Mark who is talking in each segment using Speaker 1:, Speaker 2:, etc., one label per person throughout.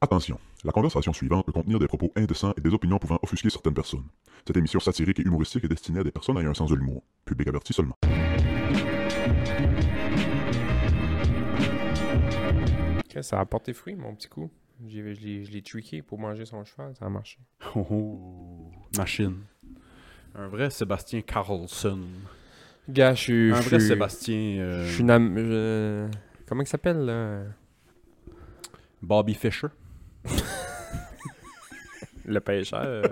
Speaker 1: Attention, la conversation suivante peut contenir des propos indécents et des opinions pouvant offusquer certaines personnes. Cette émission satirique et humoristique est destinée à des personnes ayant un sens de l'humour. Public averti seulement.
Speaker 2: Chris, Ça a porté fruit, mon petit coup. J'ai- Je l'ai- je l'ai tweaké pour manger son cheval, ça a marché.
Speaker 3: Oh, oh, machine. Un vrai Sébastien Carlson.
Speaker 2: Gars, je suis.
Speaker 3: Un
Speaker 2: je
Speaker 3: vrai
Speaker 2: suis-
Speaker 3: Sébastien euh,
Speaker 2: Je suis. nam- je- Comment il s'appelle, là
Speaker 3: Bobby Fischer.
Speaker 2: Le pêcheur.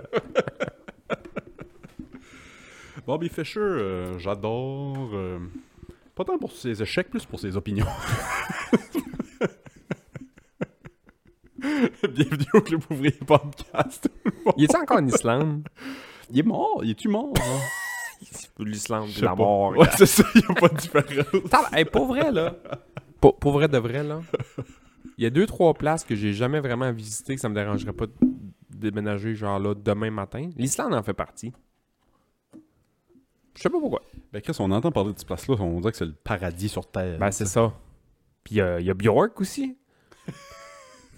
Speaker 3: Bobby Fischer, euh, j'adore. euh, pas tant pour ses échecs, plus pour ses opinions. Bienvenue au Club Ouvrier Podcast.
Speaker 2: il est encore en Islande
Speaker 3: Il est mort, il est-tu mort? hein?
Speaker 2: L'Islande,
Speaker 3: Je
Speaker 2: de
Speaker 3: sais
Speaker 2: la
Speaker 3: pas.
Speaker 2: mort.
Speaker 3: Ouais, c'est ça, il n'y a pas de différence.
Speaker 2: Attends, hey, pour vrai, là. Pour, pour vrai de vrai, là. Il y a deux, trois places que j'ai jamais vraiment visitées que ça me dérangerait pas de déménager, genre là, demain matin. L'Islande en fait partie. Je sais pas pourquoi.
Speaker 3: Ben Chris, on entend parler de cette place-là, on dirait que c'est le paradis sur Terre.
Speaker 2: Ben, c'est ça. Puis euh, il y a Bjork aussi.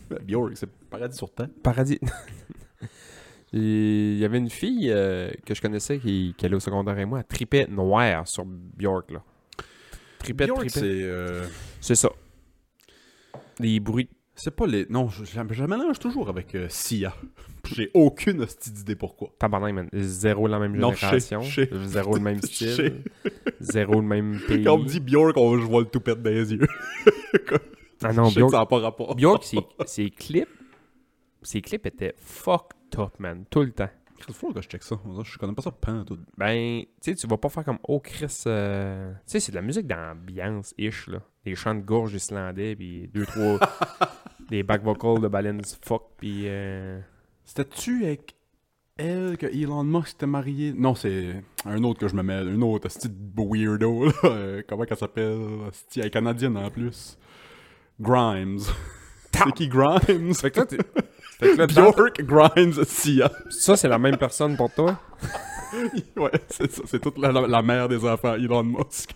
Speaker 3: Ben, Bjork, c'est le paradis sur Terre.
Speaker 2: Paradis. Et Il y avait une fille euh, que je connaissais qui, qui allait au secondaire et moi, elle tripait noire sur Bjork, là. Tripette,
Speaker 3: Bjork,
Speaker 2: tripette.
Speaker 3: c'est... euh,
Speaker 2: C'est ça. Les bruits.
Speaker 3: C'est pas les... Non, je, je, je mélange toujours avec euh, Sia. J'ai aucune hostie d'idée pourquoi.
Speaker 2: Tabarnak, man. Zéro la même
Speaker 3: Non,
Speaker 2: génération.
Speaker 3: shit,
Speaker 2: Zéro le même style. zéro le même pays.
Speaker 3: Quand on me dit Bjork, on, je vois le tout pète dans les yeux.
Speaker 2: Ah non,
Speaker 3: je sais que
Speaker 2: Bjork,
Speaker 3: ça n'a pas rapport.
Speaker 2: Bjork, ses, ses clips, ses clips étaient fucked up, man. Tout le temps.
Speaker 3: Il faut que je check ça. Je connais pas ça pan tout.
Speaker 2: Ben, tu sais, tu vas pas faire comme Oh Chris. euh, Tu sais, c'est de la musique d'ambiance-ish, là. Des chants de gorge islandais, puis deux, trois. des back vocals de baleines fuck, puis. euh,
Speaker 3: C'était-tu avec elle que Elon Musk était marié? Non, c'est un autre que je me mets. Un autre hostie de weirdo, là. Euh, Comment qu'elle s'appelle? Hostie, elle est canadienne en plus. Grimes. C'est qui Grimes?
Speaker 2: Fait que là, t'es- fait que là, dans-
Speaker 3: Bjork, Grimes, Sia.
Speaker 2: ça, c'est la même personne pour toi.
Speaker 3: ouais, c'est ça. C'est toute la, la- la mère des enfants, Elon Musk.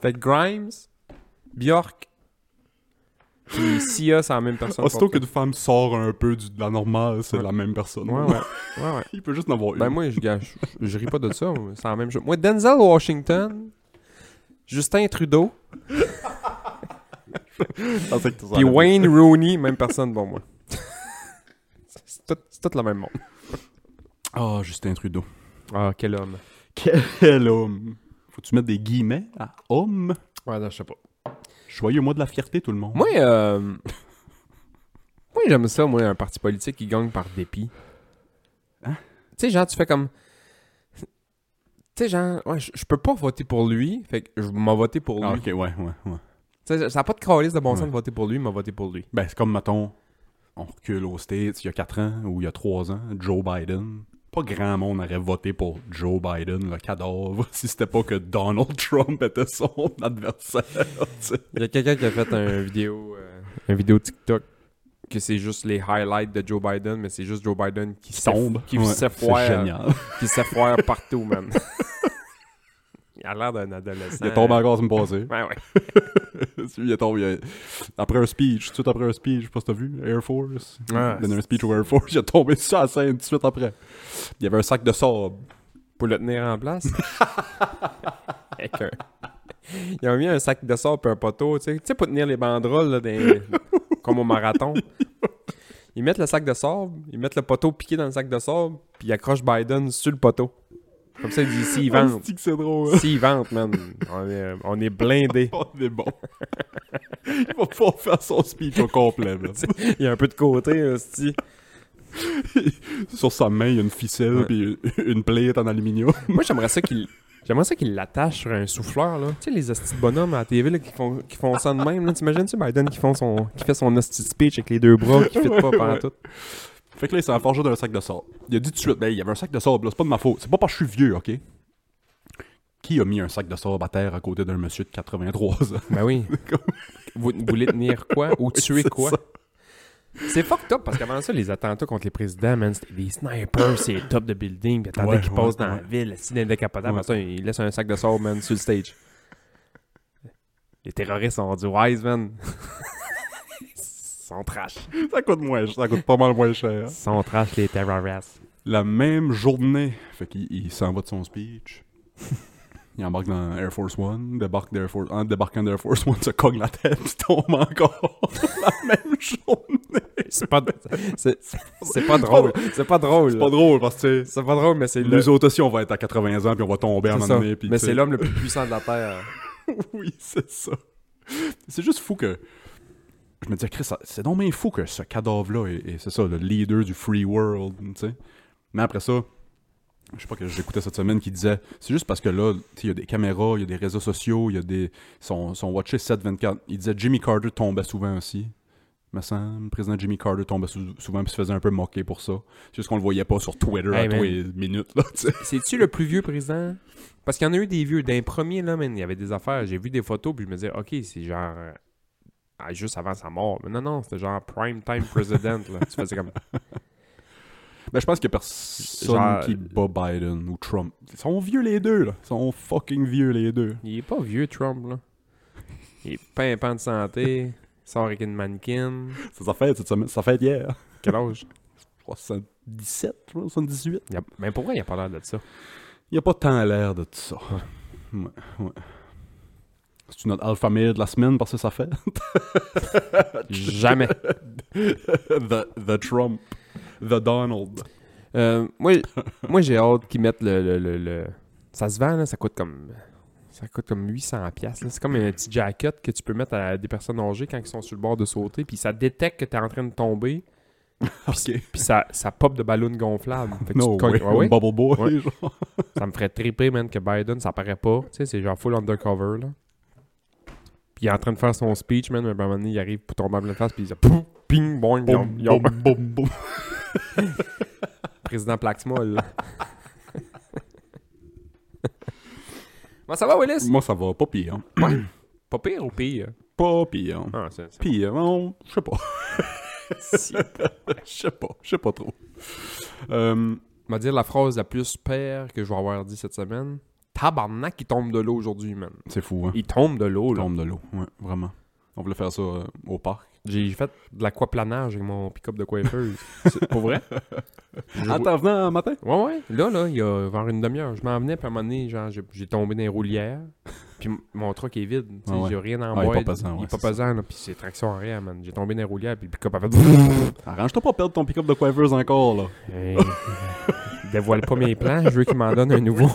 Speaker 2: Fait que Grimes, Bjork, puis Sia, c'est la même personne.
Speaker 3: Aussitôt
Speaker 2: pour toi.
Speaker 3: qu'une femme sort un peu du- de la normale, c'est
Speaker 2: Ouais.
Speaker 3: la même personne.
Speaker 2: Ouais, ouais. ouais, ouais.
Speaker 3: Il peut juste en avoir une.
Speaker 2: Ben, moi, je, gars, je, je- je ris pas de ça. moi. C'est la même chose. Moi, Denzel Washington, Justin Trudeau,
Speaker 3: Je pensais que tu en
Speaker 2: puis
Speaker 3: avais.
Speaker 2: Wayne Rooney, même personne pour moi. c'est tout, c'est tout le même monde.
Speaker 3: Ah, Justin Trudeau.
Speaker 2: Ah, quel homme.
Speaker 3: Quel homme! Faut-tu mettre des guillemets à homme?
Speaker 2: Ouais, non, je sais pas.
Speaker 3: Joyeux mois de la fierté, tout le monde.
Speaker 2: Moi, euh... moi j'aime ça, moi, un parti politique qui gagne par dépit.
Speaker 3: Hein?
Speaker 2: Tu sais, genre, tu fais comme. Tu sais, genre, ouais, je je peux pas voter pour lui, fait que je m'en voter pour lui.
Speaker 3: Ah, ok, ouais, ouais, ouais.
Speaker 2: Tu sais, ça n'a pas de calice de bon sens
Speaker 3: Ouais.
Speaker 2: de voter pour lui, mais voter pour lui.
Speaker 3: Ben, c'est comme, mettons, on recule aux States il y a 4 ans ou il y a 3 ans, Joe Biden. Pas grand monde aurait voté pour Joe Biden, le cadavre, si c'était pas que Donald Trump était son adversaire. tu sais.
Speaker 2: Il y a quelqu'un qui a fait un vidéo, euh, un vidéo TikTok que c'est juste les highlights de Joe Biden, mais c'est juste Joe Biden qui s'eff- qui
Speaker 3: Ouais, C'est
Speaker 2: s'effoire,
Speaker 3: génial.
Speaker 2: qui s'effoire partout, man. il a l'air d'un adolescent.
Speaker 3: Il est tombé encore semaine passée.
Speaker 2: Ouais, ouais.
Speaker 3: il est tombé. il a- Après un speech, tout de suite après un speech, je sais pas si t'as vu, Air Force.
Speaker 2: Ouais.
Speaker 3: Il a donné un speech au Air Force, il a tombé sur la scène tout de suite après. Il y avait un sac de sable.
Speaker 2: Pour le tenir en place. Avec un- Ils ont mis un sac de sable et un poteau, tu sais, tu sais, pour tenir les banderoles, là, des- comme au marathon. Ils mettent le sac de sable, ils mettent le poteau piqué dans le sac de sable, puis ils accrochent Biden sur le poteau. Comme ça, ils disent, s'ils
Speaker 3: Ah,
Speaker 2: vendent,
Speaker 3: c'est-tu que c'est drôle. hein?
Speaker 2: s'ils vendent, man, on est, on est blindés.
Speaker 3: On est bon. Il va pouvoir faire son speech au complet. là.
Speaker 2: Il y a un peu de côté, hostie.
Speaker 3: Sur sa main, il y a une ficelle
Speaker 2: Ouais.
Speaker 3: puis une plate en aluminium.
Speaker 2: Moi, j'aimerais ça qu'il. J'aimerais ça qu'il l'attache sur un souffleur, là. Tu sais, les hosties de bonhommes à la TV, là, qui font, qui font ça de même, là. T'imagines-tu Biden qui, font son, qui fait son hostie de speech avec les deux bras qui fit pas pendant tout?
Speaker 3: Fait que là, il s'est forgé d'un sac de sable. Il a dit tout de suite, ben, il y avait un sac de sable, là, c'est pas de ma faute. C'est pas parce que je suis vieux, ok? Qui a mis un sac de sable à terre à côté d'un monsieur de 83 ans?
Speaker 2: Ben oui. Vous, vous voulez tenir quoi ou tuer
Speaker 3: c'est
Speaker 2: quoi?
Speaker 3: ça.
Speaker 2: C'est fucked up, parce qu'avant ça, les attentats contre les présidents, man, c'était des snipers, c'est top de building, puis t'attendais
Speaker 3: Ouais,
Speaker 2: qu'ils
Speaker 3: ouais,
Speaker 2: passent dans
Speaker 3: ouais.
Speaker 2: la ville, c'est indécapable,
Speaker 3: Ouais.
Speaker 2: après ça, ils laissent un sac de sable, man, sur le stage. Les terroristes ont du wise, man. Ils sont trash.
Speaker 3: Ça coûte moins cher, ça coûte pas mal moins cher.
Speaker 2: Ils sont trash, les terroristes.
Speaker 3: La même journée, fait qu'il il s'en va de son speech. Il embarque dans Air Force One, débarque d'Air Force, en débarquant d'Air Force One, se cogne la tête, puis tombe encore. la même journée.
Speaker 2: C'est pas, c'est, c'est pas drôle. C'est pas drôle.
Speaker 3: C'est pas drôle parce que tu sais,
Speaker 2: C'est pas drôle, mais c'est le.
Speaker 3: nous autres aussi, on va être à 80 ans, puis on va tomber à un
Speaker 2: c'est
Speaker 3: moment
Speaker 2: ça.
Speaker 3: donné. puis
Speaker 2: Mais
Speaker 3: tu sais.
Speaker 2: c'est l'homme le plus puissant de la Terre.
Speaker 3: oui, c'est ça. C'est juste fou que. Je me disais, Chris, ça- c'est donc bien fou que ce cadavre-là, est- est- c'est ça, le leader du free world, tu sais. Mais après ça, je sais pas que j'écoutais cette semaine qui disait, c'est juste parce que là, tu sais, il y a des caméras, il y a des réseaux sociaux, il y a des. Ils sont, sont watchés 7-24. Il disait, Jimmy Carter tombait souvent aussi. Me semble, le président Jimmy Carter tombait sou- souvent puis se faisait un peu moquer pour ça. C'est juste qu'on le voyait pas sur Twitter à
Speaker 2: Hey, man.
Speaker 3: tous les minutes, là, tu sais.
Speaker 2: C'est-tu le plus vieux président? Parce qu'il y en a eu des vieux. D'un premier, là, man, il y avait des affaires. J'ai vu des photos, puis je me disais, OK, c'est genre. euh, ah, juste avant sa mort. Mais non, non, c'était genre prime time president. Là. Tu faisais comme.
Speaker 3: Ben, je pense qu'il y a personne
Speaker 2: Genre-
Speaker 3: qui bat Biden ou Trump. Ils sont vieux les deux, là. Ils sont fucking vieux les deux.
Speaker 2: Il est pas vieux, Trump, là. Il est pimpant de santé. Il sort avec une mannequin.
Speaker 3: C'est sa fête cette semaine. Ça fête hier.
Speaker 2: Quel âge?
Speaker 3: 77, je crois, 78.
Speaker 2: Il a- Mais pourquoi il a pas l'air de ça?
Speaker 3: Il n'y a pas tant l'air de tout ça. Ouais, ouais. C'est-tu notre alpha male de la semaine parce que ça fait?
Speaker 2: Jamais.
Speaker 3: the, the Trump. The Donald.
Speaker 2: Euh, moi, moi j'ai hâte qu'ils mettent le, le, le, le- Ça se vend, là, ça coûte comme... Ça coûte comme 800 pièces. C'est comme un petit jacket que tu peux mettre à des personnes âgées quand ils sont sur le bord de sauter, puis ça détecte que t'es en train de tomber,
Speaker 3: Ok.
Speaker 2: puis ça, ça pop de ballons gonflables. Fait que tu
Speaker 3: No
Speaker 2: te cognes-
Speaker 3: way.
Speaker 2: Ouais, ouais.
Speaker 3: Bubble boy,
Speaker 2: Ouais.
Speaker 3: genre.
Speaker 2: Ça me ferait triper, man, que Biden, ça paraît pas. Tu sais, c'est genre full undercover, là. Puis il est en train de faire son speech, man, mais à un moment donné, il arrive pour tomber en pleine face, puis il dit pouf, ping, boing,
Speaker 3: Boum,
Speaker 2: yom, yom.
Speaker 3: boum, boum, boum.
Speaker 2: Président Plaxmol. Comment ça va, Willis?
Speaker 3: Moi, ça va pas pire.
Speaker 2: Pas pire ou pire?
Speaker 3: Pas pire.
Speaker 2: Ah, c'est... c'est-
Speaker 3: Pire, on- je sais pas.
Speaker 2: Si.
Speaker 3: Je sais pas, je sais pas trop. Euh,
Speaker 2: m'a dire la phrase la plus pire que je vais avoir dit cette semaine. Tabarnak, il tombe de l'eau aujourd'hui, man.
Speaker 3: c'est fou, hein?
Speaker 2: Il tombe de l'eau,
Speaker 3: Il
Speaker 2: là.
Speaker 3: tombe de l'eau, ouais, vraiment. On voulait faire ça euh, au parc.
Speaker 2: J'ai fait de l'aquaplanage avec mon pick-up de coiffeuse. C'est pour vrai? Je-
Speaker 3: En t'en venant un matin?
Speaker 2: Ouais, ouais. Là, là, il y a vers une demi-heure. Je m'en venais, puis à un moment donné, genre, j'ai, j'ai tombé dans les roulières. Puis m- mon truck est vide. Tu sais,
Speaker 3: Ah ouais.
Speaker 2: J'ai rien en
Speaker 3: Ah, il est
Speaker 2: boîte.
Speaker 3: pas pesant, ouais,
Speaker 2: pas
Speaker 3: c'est
Speaker 2: pesant, là. Puis c'est traction arrière, man. J'ai tombé dans les roulières, puis le pick-up a fait...
Speaker 3: Arrange-toi pas perdre ton pick-up de coiffeuse encore, là.
Speaker 2: Hey, euh, dévoile pas mes plans, je veux qu'il m'en donne un nouveau.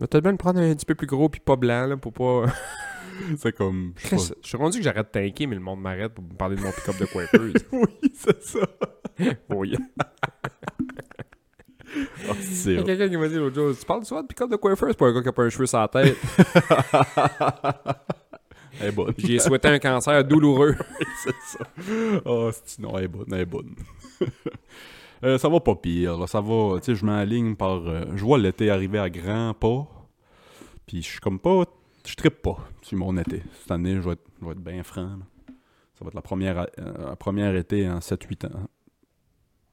Speaker 2: Mais t'as bien de prendre un petit peu plus gros puis pas blanc là, pour pas.
Speaker 3: C'est comme. je sais
Speaker 2: Chris, je suis rendu que j'arrête de tanker, mais le monde m'arrête pour me parler de mon pick-up de coiffeuse.
Speaker 3: pas. oui, c'est ça.
Speaker 2: Oui.
Speaker 3: Ah,
Speaker 2: Il y
Speaker 3: c'est
Speaker 2: a quelqu'un qui m'a dit l'autre jour Tu parles de ça de pick-up de coiffeuse pour un gars qui a pas un cheveu sur la tête.
Speaker 3: Elle est bonne.
Speaker 2: J'ai souhaité un cancer douloureux.
Speaker 3: c'est ça. Oh, c'est non, elle est bonne, elle est bonne. Euh, ça va pas pire, là. Ça va, tu sais, je m'enligne par. euh, je vois l'été arriver à grands pas. Puis je suis comme pas. Je trippe pas sur mon été. Cette année, je vais être, je vais être bien franc. là. Ça va être la première, a- euh, la première été en 7-8 ans.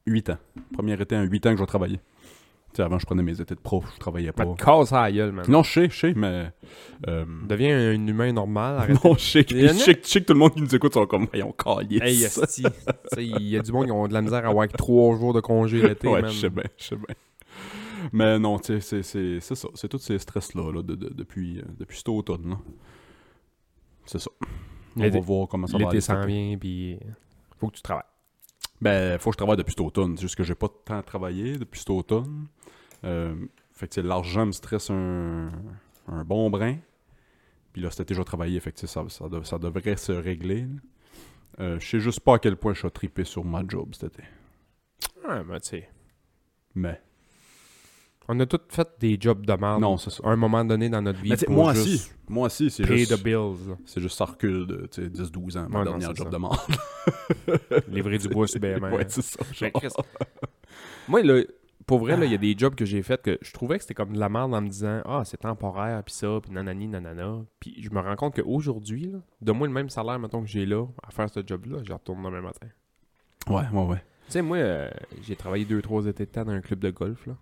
Speaker 3: 8 ans. Première été en 8 ans que je vais travailler. Tu sais, avant, je prenais mes étés de prof, je travaillais
Speaker 2: Pas
Speaker 3: pas.
Speaker 2: de casse à la gueule, man.
Speaker 3: Non, je sais, je sais, mais. euh,
Speaker 2: Deviens un humain normal, arrête.
Speaker 3: non, je sais que-
Speaker 2: Il y en a-
Speaker 3: je sais que je sais que tout le monde qui nous écoute sont comme, voyons, calice.
Speaker 2: Hey, esti. Tu sais, Il y a du monde qui ont de la misère à avoir avec trois jours de congé l'été,
Speaker 3: ouais,
Speaker 2: man.
Speaker 3: je sais bien, je sais bien. Mais non, tu sais, c'est- c'est c'est ça. C'est tous ces stress-là là, de- de- depuis, euh, depuis cet automne. là. C'est ça. On
Speaker 2: L'été-
Speaker 3: va voir comment ça va aller.
Speaker 2: L'été s'en vient, puis euh, faut que tu travailles.
Speaker 3: Ben, faut que je travaille depuis cet automne. C'est juste que j'ai pas de temps à travailler depuis cet automne. Euh, fait que tu sais, l'argent me stresse un, un bon brin. Puis là, cet été, je vais travailler. Fait que tu sais, ça, ça, dev- ça devrait se régler. là. Euh, je sais juste pas à quel point je suis trippé sur ma job cet été.
Speaker 2: Ouais, mais tu sais.
Speaker 3: Mais
Speaker 2: On a tous fait des jobs de merde.
Speaker 3: non, c'est ça.
Speaker 2: À un moment donné dans notre vie.
Speaker 3: Mais tu sais,
Speaker 2: pour
Speaker 3: moi
Speaker 2: juste
Speaker 3: aussi, moi aussi, c'est
Speaker 2: Pay
Speaker 3: juste...
Speaker 2: the bills. là.
Speaker 3: C'est juste ça recule de tu sais, 10-12 ans, mon
Speaker 2: Ouais, non,
Speaker 3: dernier
Speaker 2: c'est
Speaker 3: job
Speaker 2: ça.
Speaker 3: de mort.
Speaker 2: Livrer du bois sur BMR.
Speaker 3: ouais, c'est ça. genre.
Speaker 2: Ben, Chris, Moi, là, pour vrai, là, il y a des jobs que j'ai fait que je trouvais que c'était comme de la merde en me disant Ah, c'est temporaire, puis ça, puis nanani, nanana. Puis je me rends compte qu'aujourd'hui, là, donne-moi le même salaire, mettons, que j'ai là, à faire ce job-là, je retourne demain matin.
Speaker 3: Ouais, ouais, ouais.
Speaker 2: Tu sais, moi, euh, j'ai travaillé deux, trois étés de temps dans un club de golf, là.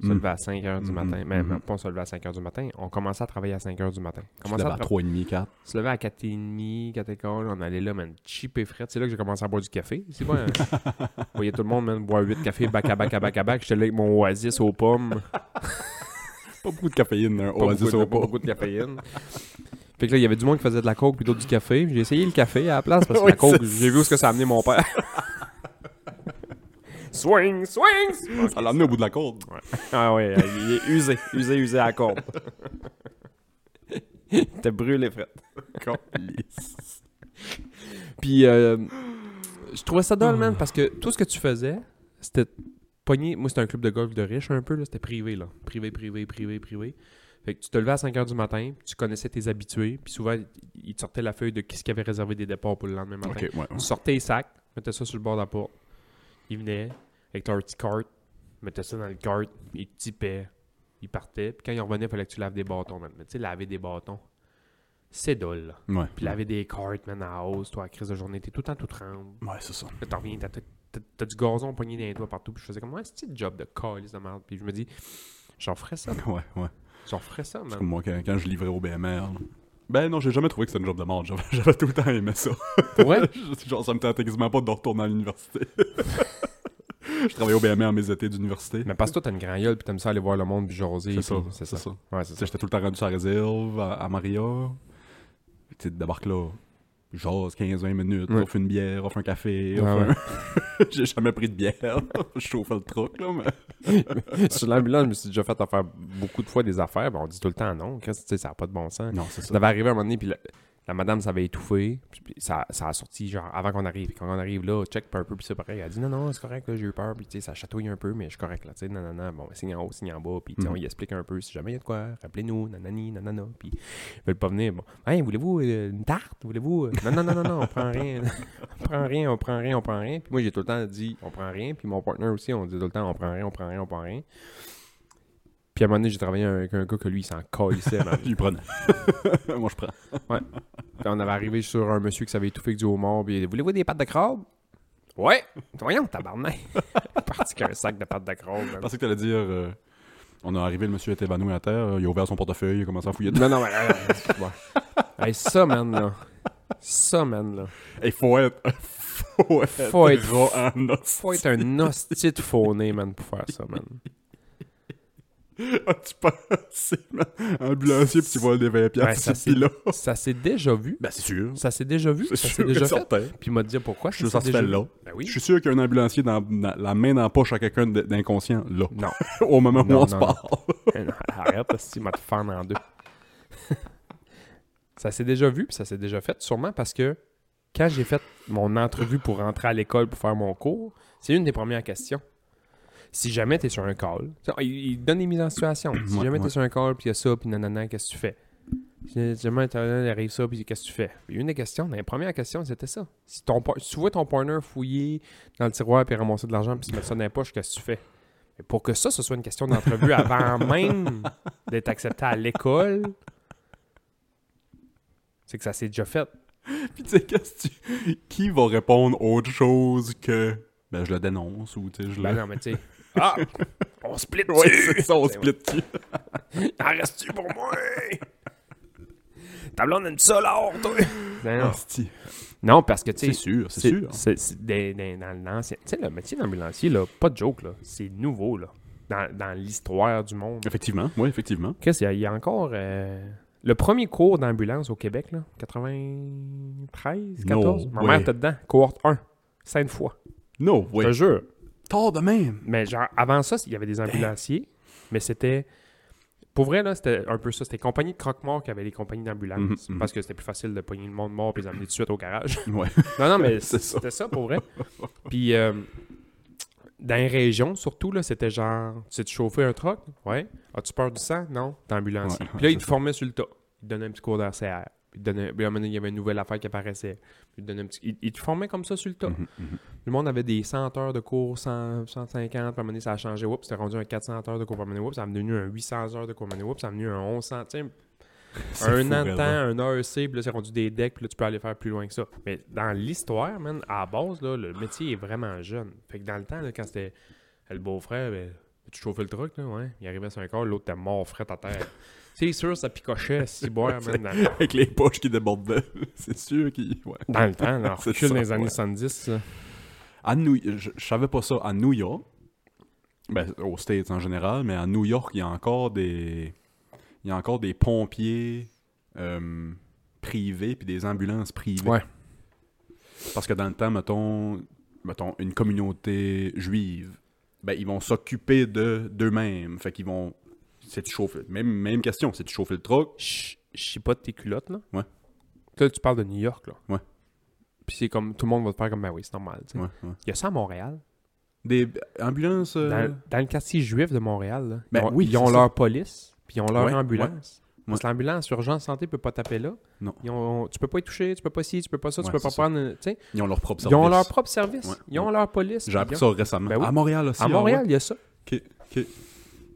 Speaker 2: se
Speaker 3: Mm.
Speaker 2: lever à 5 h du
Speaker 3: Mm,
Speaker 2: matin.
Speaker 3: mm,
Speaker 2: Même
Speaker 3: mm.
Speaker 2: pas se lever à 5 h du matin. On commençait à travailler à 5 h du matin.
Speaker 3: Je me
Speaker 2: Commençait à
Speaker 3: à
Speaker 2: tra-
Speaker 3: 3,5, 4.
Speaker 2: se lever à 4h30, 4h15, on allait là, man, cheap et fret. C'est là que j'ai commencé à boire du café. C'est pas un- Vous voyez tout le monde, man, boire 8 cafés back à back à back à back. J'étais là avec mon oasis aux pommes.
Speaker 3: Pas beaucoup de caféine, hein. un
Speaker 2: Pas
Speaker 3: oasis
Speaker 2: beaucoup,
Speaker 3: au
Speaker 2: de- pas
Speaker 3: pot.
Speaker 2: beaucoup de caféine. fait que là, il y avait du monde qui faisait de la coke puis d'autres du café. J'ai essayé le café à la place parce que
Speaker 3: Oui,
Speaker 2: la coke,
Speaker 3: c'est-
Speaker 2: j'ai vu où ce que ça a amené mon père. swing, swing! swing.
Speaker 3: Ça l'a amené au bout de la corde.
Speaker 2: Ah ouais, euh, il est usé, usé, usé à la corde. T'as brûlé, frère. Puis, euh, je trouvais ça drôle, man, parce que tout ce que tu faisais, c'était pogné. Moi, c'était un club de golf de riches, un peu, là. C'était privé, là. Privé, privé, privé, privé. Fait que tu te levais à 5 h du matin, puis tu connaissais tes habitués, puis souvent, ils te sortaient la feuille de qui ce qui avait réservé des départs pour le lendemain matin.
Speaker 3: Ok, ouais.
Speaker 2: Tu sortais les sacs, mettais ça sur le bord de la porte. Ils venaient avec ton petit cart, mettais ça dans le cart, ils te tipaient, ils partaient. Puis quand ils revenaient, il fallait que tu laves des bâtons, man. Mais tu sais, laver des bâtons, c'est dole, là.
Speaker 3: Ouais.
Speaker 2: Puis laver des cartes, man, à hausse, toi, à crise de journée, t'es tout le temps tout tremble.
Speaker 3: Ouais, c'est ça.
Speaker 2: Là, t'en reviens, t'as, t'as- t'as- t'as du gazon poigné dans les doigts partout. Puis je faisais comme, ouais, c'est un job de calice de merde. Puis je me dis, j'en ferais ça, man.
Speaker 3: Ouais, ouais.
Speaker 2: j'en ferais ça,
Speaker 3: C'est
Speaker 2: man.
Speaker 3: comme moi quand, quand je livrais au BMR. là. Ben non, j'ai jamais trouvé que c'était une job de merde. J'avais- J'avais tout le temps aimé ça.
Speaker 2: Ouais,
Speaker 3: Genre, ça me tentait quasiment pas de retourner à l'université. je travaillais au BMR mes étés d'université.
Speaker 2: mais parce que toi, t'as une grande gueule, puis t'aimes ça aller voir le monde, puis jaser.
Speaker 3: C'est
Speaker 2: Ben, puis
Speaker 3: ça,
Speaker 2: c'est ça.
Speaker 3: c'est ça.
Speaker 2: Ouais, c'est
Speaker 3: Tu
Speaker 2: ça.
Speaker 3: sais, j'étais tout le temps rendu sur la réserve, à, à Maria. Tu sais, débarque là, jase 15-20 minutes,
Speaker 2: Ouais.
Speaker 3: offre une bière, offre un café,
Speaker 2: Ah
Speaker 3: offre un- J'ai jamais pris de bière, je chauffais le truc, là, mais...
Speaker 2: Sur l'ambulance, je me suis déjà fait faire beaucoup de fois des affaires. Ben, on dit tout le temps non. Chris, tu sais, ça n'a pas de bon sens.
Speaker 3: Non, c'est
Speaker 2: Ça devait arriver à un moment donné, puis la, la madame s'avait étouffée. Puis, puis ça, ça a sorti, genre, avant qu'on arrive. Puis quand on arrive là, check puis un peu, puis c'est pareil. Elle a dit non, non, c'est correct, là, j'ai eu peur. Puis, tu sais, ça chatouille un peu, mais je suis correct, là. Tu sais, nanana, bon, signe en haut, signe en bas. Puis, tu sais, on y explique un peu. Si jamais il y a de quoi, rappelez-nous, nanani, nanana. Puis, ils veulent pas venir. Bon, hey, voulez-vous euh, une tarte Voulez-vous. euh, Non, non, non, non, non, on prend rien. on prend rien, on prend rien, on prend rien. Puis, moi, j'ai tout le temps dit, on prend rien. Puis, mon partenaire aussi, on dit tout le temps, on prend rien, on prend rien, on prend rien. Puis, à un moment donné, j'ai travaillé avec un gars que lui, il s'en calissait, man.
Speaker 3: Il prenait. Moi, je prends.
Speaker 2: Puis on avait arrivé sur un monsieur qui s'avait étouffé avec du homard. Puis il dit, voulez-vous des pâtes de crabe? Ouais! Voyons, tabarnak! Parti qu'un sac de pâtes de crabe. man.
Speaker 3: Je pensais que t'allais dire... euh, on est arrivé, le monsieur était évanoui à terre, euh, il a ouvert son portefeuille, il a commencé à fouiller.
Speaker 2: Non, non, mais. euh, ouais. Hey, ça, man, là. Ça, man, là.
Speaker 3: Il faut être... Faut être...
Speaker 2: Faut être-
Speaker 3: rat en os.
Speaker 2: Faut être un hostie de fauné, man, pour faire ça, man.
Speaker 3: Ah, tu passes, man, ambulancier, puis tu vois des 20
Speaker 2: Ouais,
Speaker 3: piastres,
Speaker 2: ça,
Speaker 3: c'est là.
Speaker 2: Ça s'est déjà vu.
Speaker 3: Ben, c'est sûr.
Speaker 2: Ça s'est déjà vu.
Speaker 3: C'est
Speaker 2: Ça s'est
Speaker 3: sûr
Speaker 2: déjà
Speaker 3: et
Speaker 2: fait.
Speaker 3: certain.
Speaker 2: Puis il m'a dit pourquoi.
Speaker 3: Je suis
Speaker 2: ça
Speaker 3: sûr
Speaker 2: s'est
Speaker 3: que ça
Speaker 2: déjà
Speaker 3: se fait
Speaker 2: vu.
Speaker 3: là.
Speaker 2: Ben oui.
Speaker 3: Je suis sûr qu'il y a un ambulancier dans, dans- la main dans la poche à quelqu'un d- d'inconscient, là.
Speaker 2: Non.
Speaker 3: Au moment
Speaker 2: Non,
Speaker 3: où on se
Speaker 2: non,
Speaker 3: parle.
Speaker 2: Non, Arrête, si m'a te fendre en deux. ça s'est déjà vu, puis ça s'est déjà fait, sûrement parce que quand j'ai fait mon entrevue pour rentrer à l'école pour faire mon cours, c'est une des premières questions. Si jamais tu es sur un call, tu sais, il, il donne des mises en situation. Si
Speaker 3: Ouais,
Speaker 2: jamais tu es
Speaker 3: ouais.
Speaker 2: sur un call, puis il y a ça, puis nanana, qu'est-ce que tu fais? Si jamais t'as- il arrive ça, puis qu'est-ce que tu fais? Puis une des questions, ben, la première question, c'était ça. Si, ton, par- si tu vois ton partner fouiller dans le tiroir, puis ramasser de l'argent, puis se mettre ça dans les poches, qu'est-ce que tu fais? Mais pour que ça, ce soit une question d'entrevue avant même d'être accepté à l'école, c'est que ça s'est déjà fait.
Speaker 3: Puis tu sais, qu'est-ce que tu- Qui va répondre autre chose que... Ben, je le dénonce, ou tu sais, je le...
Speaker 2: Ben non, mais tu sais. Ah! On split
Speaker 3: Ouais, c'est ça, on
Speaker 2: C'est
Speaker 3: split dessus.
Speaker 2: En restes-tu pour moi? Ta blonde aime ça l'or, toi! Non, Ben non.
Speaker 3: Asti.
Speaker 2: Non, parce que tu sais.
Speaker 3: Ah. C'est sûr, c'est sûr. hein.
Speaker 2: c'est- c'est des- des- dans l'ancien. Tu sais, le métier d'ambulancier, là, pas de joke, là. C'est nouveau, là. Dans, dans l'histoire du monde.
Speaker 3: Effectivement, oui, effectivement.
Speaker 2: Qu'est-ce qu'il y a- il y a encore. euh, Le premier cours d'ambulance au Québec, là, 93, 14.
Speaker 3: No
Speaker 2: Ma mère
Speaker 3: way.
Speaker 2: était dedans, cohorte 1, 5 fois.
Speaker 3: No,
Speaker 2: Je te
Speaker 3: oui.
Speaker 2: jure.
Speaker 3: Tard de même.
Speaker 2: Mais genre, avant ça, il y avait
Speaker 3: Ben.
Speaker 2: des ambulanciers, mais c'était. Pour vrai, là, c'était un peu ça. C'était compagnie de croque-morts qui avait les compagnies d'ambulance.
Speaker 3: Mhm, mhm.
Speaker 2: Parce que c'était plus facile de pogner le monde mort puis les amener tout de suite au garage.
Speaker 3: Ouais.
Speaker 2: non, non, mais
Speaker 3: C'est ça.
Speaker 2: c'était ça pour vrai. Puis, euh, dans les régions, surtout, là, c'était genre, tu sais, tu chauffer un truck? Ouais. As-tu peur du sang? Non. T'es ambulancier.
Speaker 3: Ouais, ouais,
Speaker 2: puis là,
Speaker 3: c'est
Speaker 2: ils te formaient sur le tas. Ils te donnaient un petit cours d'RCR. Puis, ils te donnaient- puis à un moment donné, il y avait une nouvelle affaire qui apparaissait. Puis, ils te donnaient un petit- ils- ils te formaient comme ça sur le tas.
Speaker 3: Mhm,
Speaker 2: Le monde avait des 100 heures de cours, 100, 150, puis à un moment donné, ça a changé. Oups, c'était rendu un 400 heures de cours, puis à un moment donné, oups, ça a devenu un 800 heures de cours, puis à un moment donné, oups, ça a devenu un 1100. Tu sais,
Speaker 3: C'est
Speaker 2: un
Speaker 3: fou,
Speaker 2: an de
Speaker 3: raide,
Speaker 2: temps,
Speaker 3: hein.
Speaker 2: un AEC, puis là, c'est rendu des decks, puis là, tu peux aller faire plus loin que ça. Mais dans l'histoire, man, à la base, là, le métier est vraiment jeune. Fait que dans le temps, là, quand c'était le beau-frère, ben, Tu chauffais le truc, là, ouais. Il arrivait sur un corps, l'autre était mort, fret à terre. c'est sûr, ça picochait, si boire, même dans,
Speaker 3: Avec les poches qui débordent d'elle. C'est sûr qu'il. Ouais.
Speaker 2: dans le temps, là.
Speaker 3: C'est
Speaker 2: recul
Speaker 3: ça,
Speaker 2: dans les années
Speaker 3: ouais.
Speaker 2: 70, là.
Speaker 3: À New... je, je savais pas ça à New York. Ben, aux States en général, mais à New York, il y a encore des. Il y a encore des pompiers euh, privés puis des ambulances privées.
Speaker 2: Ouais.
Speaker 3: Parce que dans le temps, mettons, mettons une communauté juive, ben, ils vont s'occuper de d'eux-mêmes. Fait qu'ils vont. C'est tu chauffes. Même, même question, c'est tu chauffes le truck.
Speaker 2: Je je sais pas de tes culottes, là.
Speaker 3: Ouais.
Speaker 2: Là, tu parles de New York, là.
Speaker 3: Ouais.
Speaker 2: Puis c'est comme, tout le monde va te faire comme, ben oui, c'est normal, tu sais.
Speaker 3: Ouais, ouais.
Speaker 2: Il y a ça à Montréal.
Speaker 3: Des ambulances. euh,
Speaker 2: Dans, dans le quartier juif de Montréal, là,
Speaker 3: Ben
Speaker 2: ils ont,
Speaker 3: oui,
Speaker 2: ils ont
Speaker 3: c'est
Speaker 2: leur police, puis ils ont leur
Speaker 3: Ouais,
Speaker 2: ambulance. Parce
Speaker 3: ouais.
Speaker 2: que l'ambulance, urgence santé, peut pas taper là.
Speaker 3: Non.
Speaker 2: Ils ont- tu peux pas y toucher, tu peux pas ci, tu peux pas ça, tu
Speaker 3: Ouais,
Speaker 2: peux pas
Speaker 3: c'est ça.
Speaker 2: prendre. une- tu sais,
Speaker 3: Ils ont leur propre
Speaker 2: ils ont
Speaker 3: service.
Speaker 2: leur propre service.
Speaker 3: Ouais,
Speaker 2: Ils ont leur police.
Speaker 3: J'ai appris
Speaker 2: ils
Speaker 3: ça
Speaker 2: ont-
Speaker 3: récemment.
Speaker 2: Ben oui.
Speaker 3: À Montréal aussi.
Speaker 2: À
Speaker 3: ah ouais.
Speaker 2: Montréal, il y a ça.
Speaker 3: Ok, ok.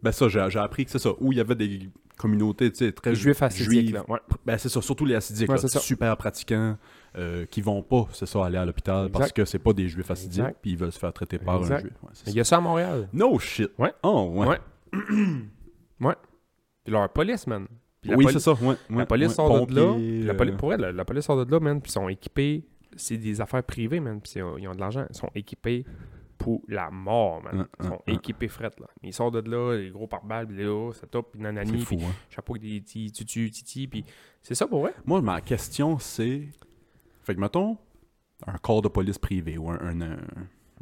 Speaker 3: Ben ça, j'ai j'ai appris que c'est ça. Où il y avait des communautés, tu sais, très
Speaker 2: Les juifs assidiques,
Speaker 3: juives.
Speaker 2: là. Ouais.
Speaker 3: Ben c'est ça, surtout les assidiques,
Speaker 2: Ouais,
Speaker 3: là,
Speaker 2: c'est ça.
Speaker 3: super pratiquants, euh, qui vont pas, c'est ça, aller à l'hôpital
Speaker 2: Exact.
Speaker 3: parce que c'est pas des juifs assidiques,
Speaker 2: Exact.
Speaker 3: puis ils veulent se faire traiter par un
Speaker 2: Exact.
Speaker 3: juif. Ouais, c'est
Speaker 2: Il
Speaker 3: ça.
Speaker 2: y a ça à Montréal.
Speaker 3: No shit.
Speaker 2: Ouais.
Speaker 3: Oh, ouais.
Speaker 2: Ouais. ouais. Puis leur police, man. Puis la
Speaker 3: Oui,
Speaker 2: poli-
Speaker 3: c'est ça. Ouais, ouais,
Speaker 2: La police
Speaker 3: ouais.
Speaker 2: sort de là.
Speaker 3: Pompiers,
Speaker 2: La poli-
Speaker 3: euh,
Speaker 2: Pour elle, la, la police sort de là, man. Puis ils sont équipés. C'est des affaires privées, man. Puis c'est- ils ont de l'argent. Ils sont équipés pour la mort, man.
Speaker 3: Hein,
Speaker 2: ils
Speaker 3: hein,
Speaker 2: sont
Speaker 3: hein.
Speaker 2: équipés fret, là. Ils sortent de là, les gros pare-balles, puis là, oh, ça top, puis nanani,
Speaker 3: C'est
Speaker 2: puis
Speaker 3: fou, hein.
Speaker 2: chapeau avec des petits tutus, titi, puis c'est ça pour vrai.
Speaker 3: Moi, ma question, c'est. Fait que, mettons, un corps de police privé ou un, un, un-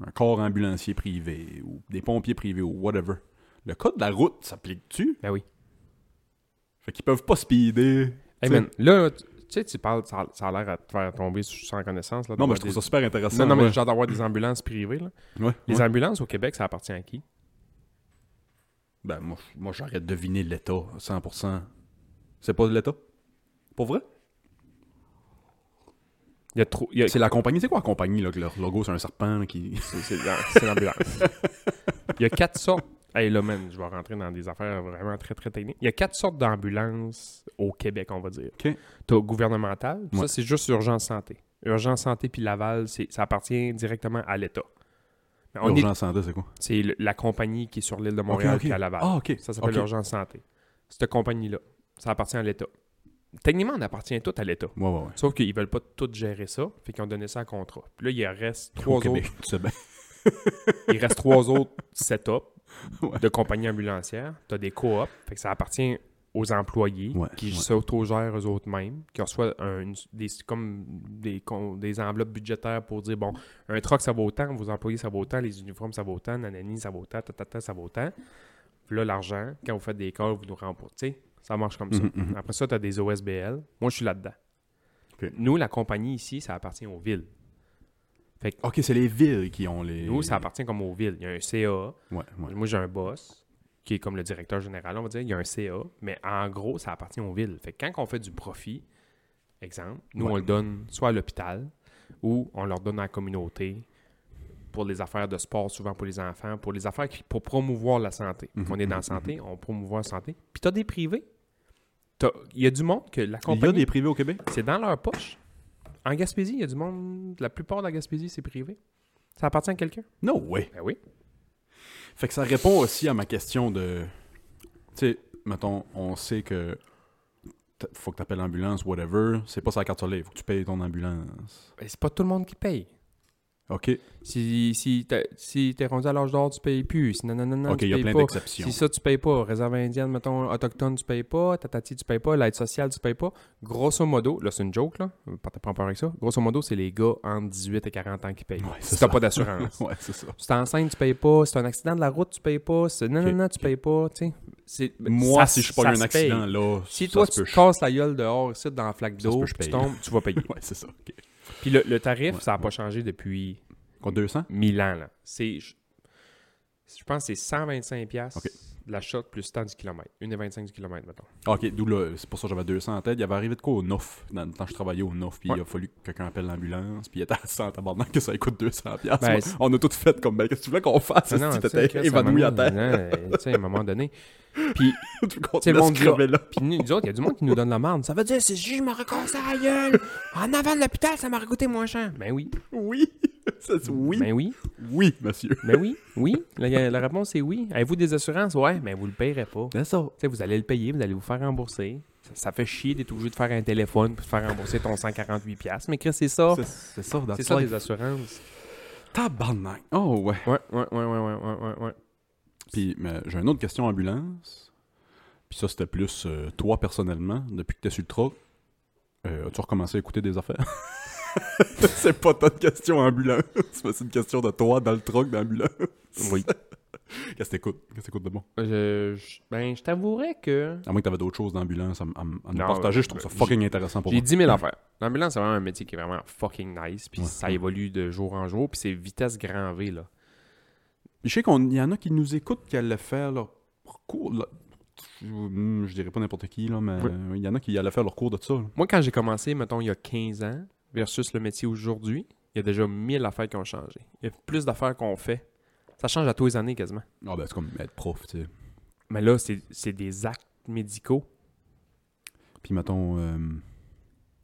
Speaker 3: un corps ambulancier privé ou des pompiers privés ou whatever. Le code de la route s'applique-tu?
Speaker 2: Ben oui.
Speaker 3: Fait qu'ils peuvent pas speeder.
Speaker 2: Hey,
Speaker 3: T'sais-
Speaker 2: man, là, tu tu sais, tu parles, ça a, ça a l'air à te faire tomber sur- sans connaissance. Là,
Speaker 3: Non, mais
Speaker 2: d'avoir
Speaker 3: je trouve
Speaker 2: des-
Speaker 3: ça super intéressant.
Speaker 2: Non, non, mais
Speaker 3: ouais.
Speaker 2: genre d'avoir des ambulances privées, là.
Speaker 3: Ouais,
Speaker 2: Les
Speaker 3: ouais.
Speaker 2: ambulances au Québec, ça appartient à qui?
Speaker 3: Ben, moi, je- moi j'aurais deviné l'État, 100%. C'est pas de l'État? Pour vrai?
Speaker 2: Il y a trop... il y a-
Speaker 3: C'est la compagnie. C'est quoi la compagnie, là, que leur logo, c'est un serpent là, qui.
Speaker 2: C'est- C'est l'am- c'est l'ambulance. Il y a quatre sortes. Hey, là, man, je vais rentrer dans des affaires vraiment très, très techniques. Il y a quatre sortes d'ambulances au Québec, on va dire.
Speaker 3: Ok.
Speaker 2: T'as gouvernemental, ça,
Speaker 3: Ouais.
Speaker 2: c'est juste urgence santé. Urgence santé puis Laval, c'est- ça appartient directement à l'État. Mais on est-
Speaker 3: L'urgence santé, c'est quoi?
Speaker 2: C'est le- la compagnie qui est sur l'île de Montréal
Speaker 3: ok.
Speaker 2: puis à Laval.
Speaker 3: Ah, ok.
Speaker 2: Ça s'appelle
Speaker 3: Ok.
Speaker 2: l'urgence santé. Cette compagnie-là, ça appartient à l'État. Techniquement, on appartient tout à l'État.
Speaker 3: Ouais, ouais, ouais.
Speaker 2: Sauf qu'ils veulent pas tout gérer ça, fait qu'ils ont donné ça à contrat. Puis là, il reste
Speaker 3: Au
Speaker 2: trois autres
Speaker 3: Québec, tu sais bien.
Speaker 2: il reste trois autres setups
Speaker 3: Ouais.
Speaker 2: de compagnies ambulancières. Tu as des coops, fait que ça appartient aux employés
Speaker 3: Ouais,
Speaker 2: qui
Speaker 3: ouais.
Speaker 2: s'autogèrent eux autres mêmes, qui reçoivent un- une- des, comme des, con- des enveloppes budgétaires pour dire bon, un truck ça vaut autant, vos employés ça vaut autant, les uniformes ça vaut autant, nanani ça vaut autant, tatata ça vaut autant. Là, l'argent, quand vous faites des calls, vous nous remboursez. Ça marche comme ça.
Speaker 3: Mhm, mhm.
Speaker 2: Après ça, tu as des OSBL. Moi, je suis là-dedans.
Speaker 3: Ok.
Speaker 2: Nous, la compagnie ici, ça appartient aux villes.
Speaker 3: Ok, c'est les villes qui ont les.
Speaker 2: Nous, ça appartient comme aux villes. Il y a un CA,
Speaker 3: Ouais, ouais.
Speaker 2: Moi, j'ai un boss qui est comme le directeur général, on va dire. Il y a un CA, mais en gros, ça appartient aux villes. Fait que quand on fait du profit, exemple, nous,
Speaker 3: Ouais.
Speaker 2: on le donne soit à l'hôpital ou on leur donne à la communauté pour les affaires de sport, souvent pour les enfants, pour les affaires qui, pour promouvoir la santé. on est dans la santé, on promouvoit la santé. Puis t'as des privés. T'as- Il y a du monde que la
Speaker 3: Il y a
Speaker 2: compagnie,
Speaker 3: des privés au Québec?
Speaker 2: c'est dans leur poche. En Gaspésie, il y a du monde, la plupart de la Gaspésie, c'est privé. Ça appartient à quelqu'un?
Speaker 3: No way.
Speaker 2: Ben oui.
Speaker 3: Fait que ça répond aussi à ma question de. Tu sais, mettons, on sait que. t- Faut que t'appelles l'ambulance, whatever. C'est pas sa carte soleil, faut que tu payes ton ambulance.
Speaker 2: Mais Ben, c'est pas tout le monde qui paye.
Speaker 3: Ok.
Speaker 2: Si, si, t'as- si t'es rendu à l'âge d'or, tu payes plus. Si non, non, non, non,
Speaker 3: ok,
Speaker 2: tu
Speaker 3: il y a
Speaker 2: payes
Speaker 3: plein
Speaker 2: pas.
Speaker 3: d'exceptions.
Speaker 2: Si ça, tu payes pas. Réserve indienne, mettons, autochtone, tu payes pas. Tatati, tu payes pas. L'aide sociale, tu payes pas. Grosso modo, là, c'est une joke, là. Partez pas en peur avec ça. Grosso modo, c'est les gars entre 18 et 40 ans qui payent.
Speaker 3: Ouais,
Speaker 2: si
Speaker 3: c'est
Speaker 2: t'as
Speaker 3: ça.
Speaker 2: pas d'assurance.
Speaker 3: ouais, c'est ça.
Speaker 2: Si t'es enceinte, tu payes pas. Si t'as un accident de la route, tu payes pas. Si... Non,
Speaker 3: Ok,
Speaker 2: non, non, tu
Speaker 3: ok.
Speaker 2: payes pas. tu sais. C'est-
Speaker 3: Moi,
Speaker 2: Ben, ça
Speaker 3: si je
Speaker 2: se-
Speaker 3: pas
Speaker 2: ça
Speaker 3: eu un
Speaker 2: se paye.
Speaker 3: accident, là.
Speaker 2: Si
Speaker 3: ça
Speaker 2: toi,
Speaker 3: se
Speaker 2: tu
Speaker 3: peut,
Speaker 2: te
Speaker 3: je-
Speaker 2: casses la gueule dehors, ici, dans la flaque
Speaker 3: Ça se
Speaker 2: d'eau,
Speaker 3: peut, je
Speaker 2: puis tu
Speaker 3: paye.
Speaker 2: tombes, tu vas payer.
Speaker 3: Ouais, c'est ça. ok.
Speaker 2: Puis le, le tarif,
Speaker 3: Ouais,
Speaker 2: ça n'a pas
Speaker 3: ouais.
Speaker 2: changé depuis
Speaker 3: Quoi, 200?
Speaker 2: 1000 ans. Là. C'est, je, je pense que c'est 125 pièces
Speaker 3: Ok.
Speaker 2: de l'achat plus temps du kilomètre. 1,25 du kilomètre, mettons.
Speaker 3: Ah, ok, d'où le. C'est pour ça que j'avais 200 en tête. Il y avait arrivé de quoi au 9 Dans le temps, je travaillais au 9, puis
Speaker 2: Ouais.
Speaker 3: il a fallu que quelqu'un appelle l'ambulance, puis il était à 100 tabarnak que ça coûte 200$. piastres.
Speaker 2: Ben, c'est- Ah
Speaker 3: on a tout fait comme, ben, qu'est-ce que tu voulais qu'on fasse?
Speaker 2: Non,
Speaker 3: si
Speaker 2: tu sais, Chris, à
Speaker 3: t'étais
Speaker 2: un
Speaker 3: évanoui à
Speaker 2: moment
Speaker 3: terre.
Speaker 2: donné, euh, Tu sais, à un moment donné. Puis,
Speaker 3: Tu veux qu'on te
Speaker 2: C'est le
Speaker 3: laisse
Speaker 2: monde dit,
Speaker 3: crever là.
Speaker 2: puis nous, nous autres, il y a du monde qui nous donne la merde. Ça veut dire, si je me reconcile à la gueule, en avant de l'hôpital, ça m'aurait coûté moins cher. Ben oui.
Speaker 3: Oui, Ça, c'est oui.
Speaker 2: Ben oui.
Speaker 3: Oui, monsieur.
Speaker 2: Ben oui. Oui. La, la réponse est oui. Avez-vous des assurances? Ouais, mais vous le payerez pas.
Speaker 3: C'est ça.
Speaker 2: Tu sais, vous allez le payer, vous allez vous faire rembourser. Ça, ça fait chier d'être obligé de faire un téléphone pour te faire rembourser ton 148$. piastres. Mais Chris, c'est ça.
Speaker 3: C'est- C'est ça, dans
Speaker 2: C'est ça, les assurances.
Speaker 3: Tabarnak. Oh, ouais.
Speaker 2: Ouais, ouais, ouais, ouais, ouais, ouais, ouais, ouais.
Speaker 3: Puis, mais j'ai une autre question ambulance. Puis ça, c'était plus euh, toi personnellement, depuis que t'es sur le truck. euh, As-tu recommencé à écouter des affaires? c'est pas tant de question ambulance, mais c'est une question de toi dans le truck d'ambulance.
Speaker 2: Oui.
Speaker 3: Qu'est-ce que t'écoutes? Qu'est-ce que t'écoutes de bon?
Speaker 2: Je, je- ben, je t'avouerais que.
Speaker 3: À moins que t'avais d'autres choses d'ambulance à, m- à m- à nous
Speaker 2: Non, euh,
Speaker 3: partager, je trouve ça fucking intéressant pour
Speaker 2: J'ai
Speaker 3: moi.
Speaker 2: 10 000 affaires. L'ambulance, c'est vraiment un métier qui est vraiment fucking nice. Puis
Speaker 3: Ouais.
Speaker 2: ça évolue de jour en jour. Puis c'est vitesse grand V, là.
Speaker 3: Je sais qu'il y en a qui nous écoutent, qui allaient faire leur cours. là. Je, hmm, je dirais pas n'importe qui, là, mais
Speaker 2: Oui.
Speaker 3: euh, il y en a qui allaient faire leur cours de ça. là.
Speaker 2: Moi, quand j'ai commencé, mettons, il y a 15 ans, versus le métier aujourd'hui, il y a déjà 1000 affaires qui ont changé. Il y a plus d'affaires qu'on fait. Ça change à tous les années quasiment.
Speaker 3: Ah, ben, c'est comme être prof, tu sais.
Speaker 2: Mais là, c'est c'est des actes médicaux.
Speaker 3: Puis, mettons. euh,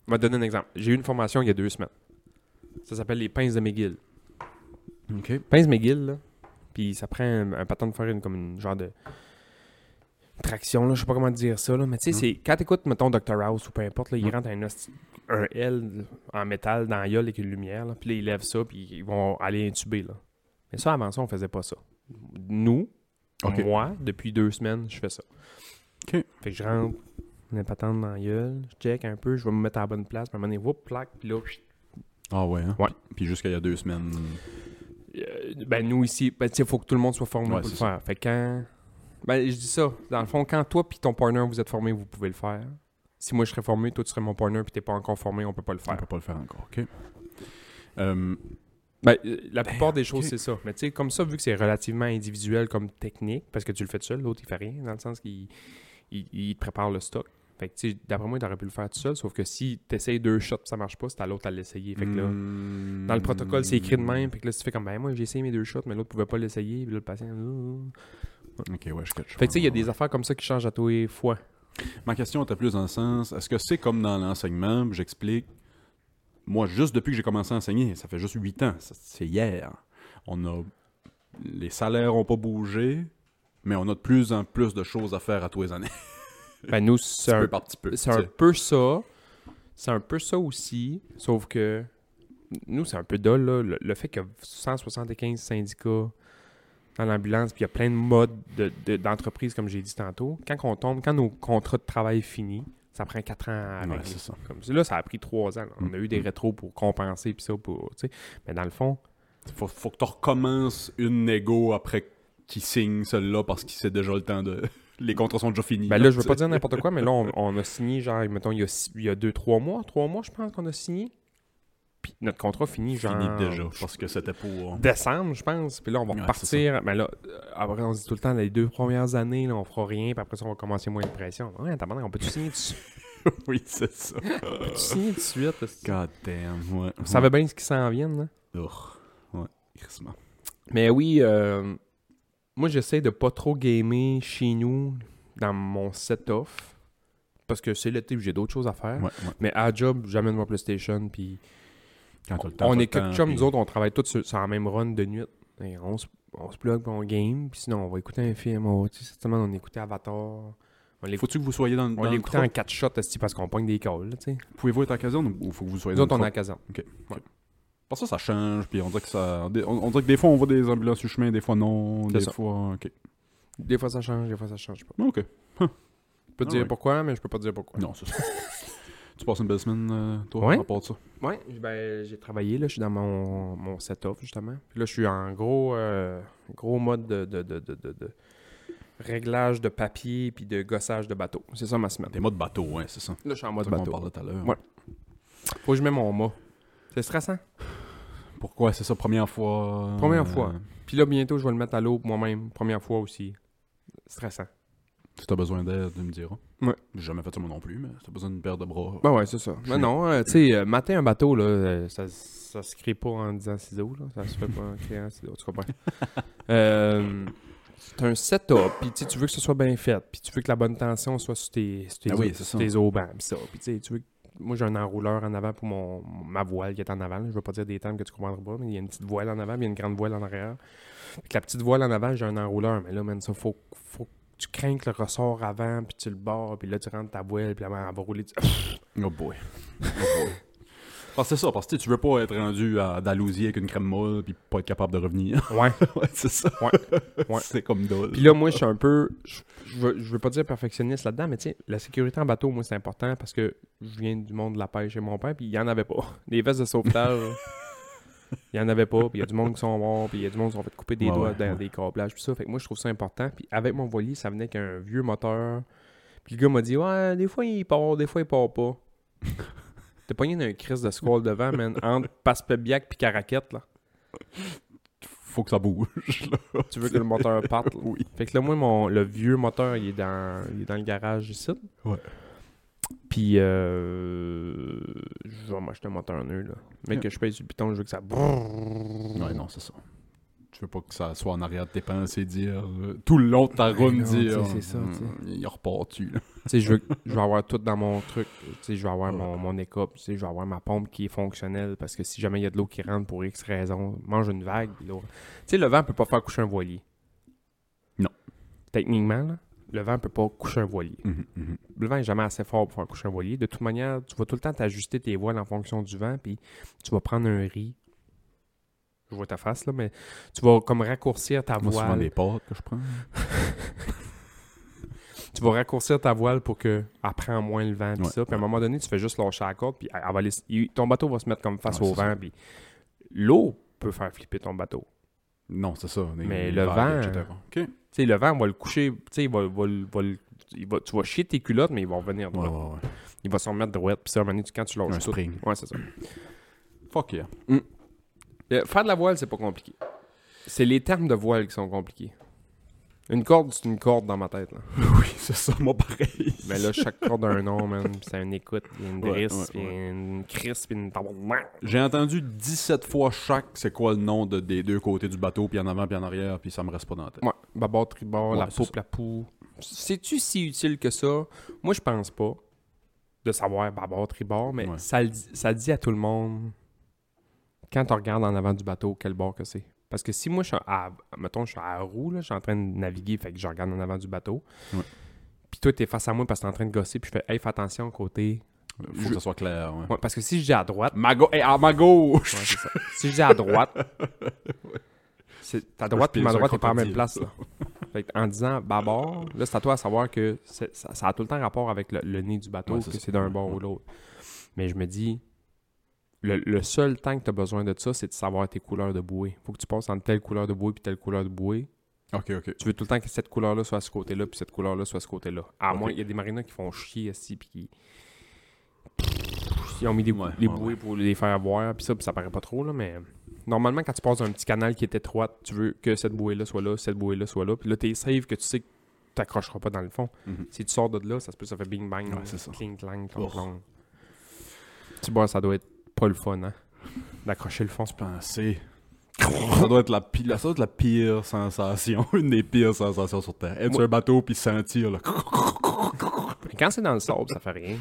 Speaker 2: Je vais te donner un exemple. J'ai eu une formation il y a deux semaines. Ça s'appelle les pinces de McGill.
Speaker 3: OK.
Speaker 2: Pince McGill, là. Puis ça prend un, un patent de faire une, comme une genre de traction, là. Je sais pas comment dire ça, là. Mais tu sais,
Speaker 3: Mm.
Speaker 2: c'est quand t'écoutes, mettons, Dr. House ou peu importe, là, ils
Speaker 3: Mm.
Speaker 2: rentrent un, hostie- un L en métal dans la gueule avec une lumière, là. Puis là, ils lèvent ça, puis ils vont aller intuber, là. Mais ça, avant ça, on faisait pas ça. Nous,
Speaker 3: Ok.
Speaker 2: moi, depuis deux semaines, je fais ça.
Speaker 3: Ok.
Speaker 2: Fait que je rentre, une patente dans la gueule, je check un peu, je vais me mettre à la bonne place, puis à un moment donné, whoop, plaque, puis là,
Speaker 3: Ah, ouais, hein?
Speaker 2: Ouais.
Speaker 3: Puis, jusqu'à il y a deux semaines.
Speaker 2: Euh, ben nous ici, ben, il faut que tout le monde soit formé
Speaker 3: Ouais,
Speaker 2: pour le
Speaker 3: c'est
Speaker 2: faire. Fait que quand. Ben, je dis ça. Dans le fond, quand toi puis ton partner vous êtes formé, vous pouvez le faire. Si moi je serais formé, toi tu serais mon partner puis t'es pas encore formé, on peut pas le
Speaker 3: On
Speaker 2: faire.
Speaker 3: peut pas le faire encore. OK. Euh,
Speaker 2: Ben, euh, la plupart des choses,
Speaker 3: ok.
Speaker 2: c'est ça. Mais tu sais, comme ça, vu que c'est relativement individuel comme technique, parce que tu le fais tout seul, l'autre il fait rien, dans le sens qu'il il, il te prépare le stock. Fait que tu sais, d'après moi, t'aurais pu le faire tout seul, sauf que si t'essayes deux shots pis ça marche pas, c'est à l'autre à l'essayer. Fait que là.
Speaker 3: Hmm.
Speaker 2: Dans le protocole, c'est écrit de même. Puis que là, tu fais comme, ben moi, j'ai essayé mes deux shots, mais l'autre pouvait pas l'essayer. Puis là, le patient. euh,
Speaker 3: OK, ouais, je catch.
Speaker 2: Fait que tu sais, il y a des affaires comme ça qui changent à tous les fois.
Speaker 3: Ma question était plus dans le sens, est-ce que c'est comme dans l'enseignement, puis j'explique, moi, juste depuis que j'ai commencé à enseigner, ça fait juste 8 ans, ça- c'est hier, on a, les salaires n'ont pas bougé, mais on a de plus en plus de choses à faire à tous les années,
Speaker 2: Ben nous, c'est
Speaker 3: peu
Speaker 2: un,
Speaker 3: par petit peu.
Speaker 2: c'est un
Speaker 3: tu sais.
Speaker 2: peu ça. C'est un peu ça aussi, sauf que nous, c'est un peu dole, là. Le, le fait qu'il y a 175 syndicats dans l'ambulance, puis il y a plein de modes de- de- d'entreprise, comme j'ai dit tantôt. Quand on tombe, quand nos contrats de travail finissent, ça prend 4 ans à
Speaker 3: Ouais,
Speaker 2: régler.
Speaker 3: c'est ça. Mm,
Speaker 2: Comme ça, là, ça a pris 3 ans. là. On a eu des rétros pour compenser, puis ça, pour, tu sais. Mais dans le fond,
Speaker 3: Faut, faut que tu recommences une négo après qu'il signe celle-là parce qu'il c'est déjà le temps de... Les contrats sont déjà finis.
Speaker 2: Ben là, je veux
Speaker 3: tu
Speaker 2: pas
Speaker 3: sais.
Speaker 2: dire n'importe quoi, mais là, on, on a signé, genre, mettons, il y a, six- il y a deux, trois mois, trois mois, je pense qu'on a signé. Puis notre contrat finit, genre.
Speaker 3: Fini déjà, parce que c'était pour...
Speaker 2: Décembre, je pense. Puis là, on va
Speaker 3: Ouais,
Speaker 2: repartir. Mais là, euh, après, on se dit tout le temps, les deux premières années, là, on fera rien. Puis après ça, on va commencer moins de pression. Ouais, t'as on peut-tu signer, tout-
Speaker 3: oui, c'est ça.
Speaker 2: peux-tu signer tout de suite? là, c'est-
Speaker 3: God damn, ouais.
Speaker 2: On savait bien ce qui s'en vient, là.
Speaker 3: Urgh. Ouais, crissement.
Speaker 2: Mais oui, euh, moi j'essaie de pas trop gamer chez nous dans mon set-off. Parce que c'est l'été, j'ai d'autres choses à faire.
Speaker 3: Ouais, ouais.
Speaker 2: Mais à la job, j'amène ma PlayStation, puis
Speaker 3: Quand t'as le temps,
Speaker 2: on
Speaker 3: t'as
Speaker 2: est
Speaker 3: le temps,
Speaker 2: quelques chums,
Speaker 3: puis-
Speaker 2: nous autres, on travaille tous sur, sur la même run de nuit. Et on se, on se plug, puis on game, puis sinon, on va écouter un film. On, va- tu sais, cette semaine, on écoutait Avatar. On l'écoute-
Speaker 3: Faut-tu que vous soyez dans,
Speaker 2: on
Speaker 3: dans le
Speaker 2: l'écoutait en
Speaker 3: truck?
Speaker 2: 4 shots esti, parce qu'on pogne des calls, là, tu sais.
Speaker 3: Pouvez-vous être à caserne ou faut que vous soyez
Speaker 2: Nous
Speaker 3: dans
Speaker 2: autres, on est
Speaker 3: le
Speaker 2: à
Speaker 3: truck?
Speaker 2: caserne.
Speaker 3: Pour ça, ça change, puis on dirait que ça... des- On, on dirait que des fois, on voit des ambulances sur le chemin, des fois non,
Speaker 2: C'est
Speaker 3: des
Speaker 2: ça.
Speaker 3: fois... OK.
Speaker 2: Des fois, ça change, des fois, ça change pas.
Speaker 3: Ah, OK.
Speaker 2: Je peux te dire
Speaker 3: Alright.
Speaker 2: pourquoi, mais je peux pas te dire pourquoi.
Speaker 3: Ah Non, c'est ça. tu passes une belle semaine, euh, toi,
Speaker 2: Ouais.
Speaker 3: à part ça?
Speaker 2: Ouais, ben, j'ai travaillé, là, je suis dans mon, mon set-off, justement. Puis là, je suis en gros, euh, gros mode de, de, de, de, de- de réglage de papier puis de gossage de bateau. C'est ça ma semaine.
Speaker 3: T'es mode bateau, ouais, c'est ça.
Speaker 2: Là, je suis en mode
Speaker 3: C'est ça qu'on
Speaker 2: bateau.
Speaker 3: parlait tout à l'heure.
Speaker 2: Ouais. Faut que je mets mon mât. C'est stressant.
Speaker 3: Pourquoi? C'est ça, première fois...
Speaker 2: Première
Speaker 3: euh,
Speaker 2: fois. Puis là, bientôt, je vais le mettre à l'eau pour moi-même. Première fois aussi. Stressant.
Speaker 3: Si t'as besoin d'aide, tu me diras.
Speaker 2: Ouais.
Speaker 3: J'ai jamais fait ça moi non plus, mais si t'as besoin d'une paire de bras...
Speaker 2: Ben ouais, c'est ça.
Speaker 3: Je
Speaker 2: Mais
Speaker 3: suis-
Speaker 2: non, euh, tu sais, euh, mater un bateau, là, euh, ça, ça se crée pas en disant ciseaux, là. Ça se fait pas en créant ciseaux, tu comprends? Euh, c'est un setup, puis tu sais, tu veux que ce soit bien fait, puis tu veux que la bonne tension soit sur tes, sur tes,
Speaker 3: Ah oui,
Speaker 2: sur
Speaker 3: c'est ça.
Speaker 2: tes aubans, pis ça. Puis tu sais, tu veux que moi, j'ai un enrouleur en avant pour mon, ma voile qui est en avant. là. Je ne veux pas dire des termes que tu comprendras pas, mais il y a une petite voile en avant, puis il y a une grande voile en arrière. Fait que la petite voile en avant, j'ai un enrouleur. Mais là, man, ça, faut, faut que tu crains que le ressort avant, puis tu le barres, puis là, tu rentres ta voile, puis là, elle va rouler. tu-
Speaker 3: Oh boy. Oh boy. Parce que c'est ça, parce que tu sais, tu veux pas être rendu à Dalousie avec une crème molle puis pas être capable de revenir.
Speaker 2: ouais.
Speaker 3: ouais, c'est ça.
Speaker 2: Ouais. Ouais.
Speaker 3: C'est comme dole.
Speaker 2: Puis là, moi, je suis un peu. Je, je veux, je veux pas dire perfectionniste là-dedans, mais tu sais, la sécurité en bateau, moi, c'est important parce que je viens du monde de la pêche chez mon père, puis il y en avait pas. Des vestes de sauvetage, il y en avait pas, puis il y a du monde qui sont morts, puis il y a du monde qui sont fait couper des
Speaker 3: Ouais,
Speaker 2: doigts
Speaker 3: ouais,
Speaker 2: dans
Speaker 3: ouais.
Speaker 2: des câblages, puis ça. Fait que moi, je trouve ça important. Puis avec mon voilier, ça venait qu'un vieux moteur. Puis le gars m'a dit, ouais, des fois, il part, des fois, il part pas. T'es pogné dans un crise de squall devant, man, entre Paspebiac puis Caraquette, là.
Speaker 3: Faut que ça bouge. là.
Speaker 2: Tu veux que le moteur parte, là.
Speaker 3: Oui.
Speaker 2: Fait que là, moi, mon, le vieux moteur, il est dans, il est dans le garage ici.
Speaker 3: Ouais.
Speaker 2: Puis, euh, je vais m'acheter un moteur neuf, là. Mais
Speaker 3: Yeah.
Speaker 2: que je pèse sur le piton, je veux que ça...
Speaker 3: Ouais, non, c'est ça. Tu veux pas que ça soit en arrière de tes pensées et dire euh, tout le long de ta run
Speaker 2: non,
Speaker 3: dire.
Speaker 2: tu sais, c'est ça,
Speaker 3: hum,
Speaker 2: tu sais.
Speaker 3: Il repart-tu, là.
Speaker 2: tu sais, je veux, je veux avoir tout dans mon truc. Tu sais, je vais avoir
Speaker 3: Ouais.
Speaker 2: mon, mon écope, tu sais, je vais avoir ma pompe qui est fonctionnelle parce que si jamais il y a de l'eau qui rentre pour X raison, mange une vague, puis l'eau... Tu sais, le vent peut pas faire coucher un voilier.
Speaker 3: Non.
Speaker 2: Techniquement, là, le vent peut pas coucher un voilier. le vent n'est jamais assez fort pour faire coucher un voilier. De toute manière, tu vas tout le temps t'ajuster tes voiles en fonction du vent, puis tu vas prendre un riz. Je vois ta face, là, mais tu vas comme raccourcir ta
Speaker 3: Moi, souvent
Speaker 2: voile.
Speaker 3: des portes que je prends.
Speaker 2: Tu vas raccourcir ta voile pour que elle prend moins le vent, puis
Speaker 3: Ouais,
Speaker 2: ça. Puis à un
Speaker 3: ouais.
Speaker 2: moment donné, tu fais juste lâcher la corde, puis elle- elle va aller- il- ton bateau va se mettre comme face
Speaker 3: Ouais,
Speaker 2: au
Speaker 3: c'est
Speaker 2: vent, puis l'eau peut faire flipper ton bateau.
Speaker 3: Non, c'est ça. des-
Speaker 2: Mais
Speaker 3: des
Speaker 2: le
Speaker 3: vagues,
Speaker 2: vent-
Speaker 3: etc. Ok.
Speaker 2: Tu sais, le vent va le coucher, tu sais, il va, va le- va le- il va- tu vas chier tes culottes, mais il va revenir droit.
Speaker 3: Ouais, ouais, ouais.
Speaker 2: Il va se remettre droit, puis ça, à un moment donné, tu- quand tu lâches
Speaker 3: Un
Speaker 2: tout-
Speaker 3: spring.
Speaker 2: Ouais, c'est ça.
Speaker 3: Fuck yeah.
Speaker 2: Euh, faire de la voile, c'est pas compliqué. C'est les termes de voile qui sont compliqués. Une corde, c'est une corde dans ma tête. Là.
Speaker 3: oui, c'est ça, moi, pareil.
Speaker 2: Mais là, chaque corde a un nom, man. Puis c'est une écoute, puis une
Speaker 3: Ouais,
Speaker 2: drisse,
Speaker 3: ouais,
Speaker 2: puis
Speaker 3: ouais.
Speaker 2: une crisse, puis une
Speaker 3: J'ai entendu 17 fois chaque c'est quoi le nom de- des deux côtés du bateau, puis en avant, puis en arrière, puis ça me reste pas dans la tête.
Speaker 2: Ouais, babord, tribord,
Speaker 3: Ouais,
Speaker 2: la
Speaker 3: c'est
Speaker 2: poupe,
Speaker 3: ça.
Speaker 2: la poue. C'est-tu si utile que ça? Moi, je pense pas de savoir babord, tribord, mais
Speaker 3: Ouais.
Speaker 2: ça, le dit- ça dit à tout le monde quand tu regardes en avant du bateau quel bord que c'est. Parce que si moi, je suis à, mettons, je suis à la roue, là, je suis en train de naviguer, fait que je regarde en avant du bateau.
Speaker 3: Ouais.
Speaker 2: Puis toi, t'es face à moi parce que t'es en train de gosser, puis je fais, hey, fais attention au côté.
Speaker 3: Faut que ça soit clair, ouais.
Speaker 2: Ouais, parce que si je dis à droite,
Speaker 3: Ma gau- hey, à ma gauche!
Speaker 2: Ouais, c'est ça. Si je dis à droite, c'est ta droite et ma
Speaker 3: pèse un
Speaker 2: droite n'est pas à la même
Speaker 3: crocodile,
Speaker 2: place. là. Fait que en disant bâbord, là, c'est à toi à savoir que c'est- ça, ça a tout le temps rapport avec le, le nez du bateau,
Speaker 3: Ouais, c'est
Speaker 2: que
Speaker 3: ça.
Speaker 2: c'est d'un bord ou l'autre. Mais je me dis, le, le seul temps que tu as besoin de ça, c'est de savoir tes couleurs de bouée. faut que tu passes entre telle couleur de bouée puis telle couleur de bouée.
Speaker 3: Ok, ok.
Speaker 2: Tu veux tout le temps que cette couleur-là soit à ce côté-là, puis cette couleur-là soit à ce côté-là. À
Speaker 3: Ok.
Speaker 2: moins, il y a des marinas qui font chier ici, puis qui. Ils ont mis des,
Speaker 3: Ouais,
Speaker 2: des
Speaker 3: ouais,
Speaker 2: bouées pour les faire voir, puis ça, puis ça paraît pas trop, là, mais. Normalement, quand tu passes un petit canal qui est étroit, tu veux que cette bouée-là soit là, cette bouée-là soit là, puis là, t'es safe que tu sais que t'accrocheras pas dans le fond.
Speaker 3: Mhm.
Speaker 2: Si tu sors de là, ça se peut, ça fait bing bang,
Speaker 3: Ouais, c'est ça.
Speaker 2: cling clang, clang,
Speaker 3: Ouf.
Speaker 2: clang. Tu vois, ça doit être pas le fun, hein, d'accrocher le fond.
Speaker 3: Pensez. Ça doit, être la pire, ça doit être la pire sensation, une des pires sensations sur Terre. Être sur
Speaker 2: Ouais.
Speaker 3: un bateau puis sentir, là.
Speaker 2: Mais Quand c'est dans le sable, ça fait rien.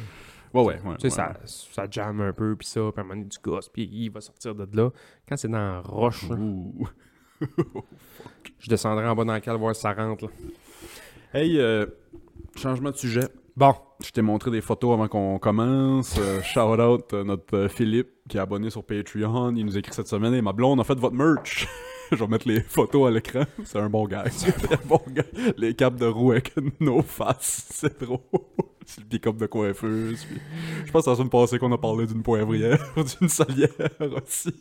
Speaker 3: Ouais, ouais, ouais.
Speaker 2: Tu sais, ça, ça jamme un peu, puis ça, puis à un moment donné, tu gosses, puis il va sortir de là. Quand c'est dans la roche, là,
Speaker 3: Ouh.
Speaker 2: je descendrai en bas dans la cale voir si ça rentre. là.
Speaker 3: Hey, euh, changement de sujet.
Speaker 2: Bon,
Speaker 3: Je t'ai montré des photos avant qu'on commence. Euh, shout out euh, notre euh, Philippe qui est abonné sur Patreon. Il nous écrit cette semaine et ma blonde a fait votre merch. Je vais mettre les photos à l'écran. C'est un bon gars. C'est un bon gars. Les capes de roue avec nos faces. C'est drôle. C'est le pick-up de coiffeuse. puis Je pense que la semaine passée qu'on a parlé d'une poivrière, d'une salière aussi.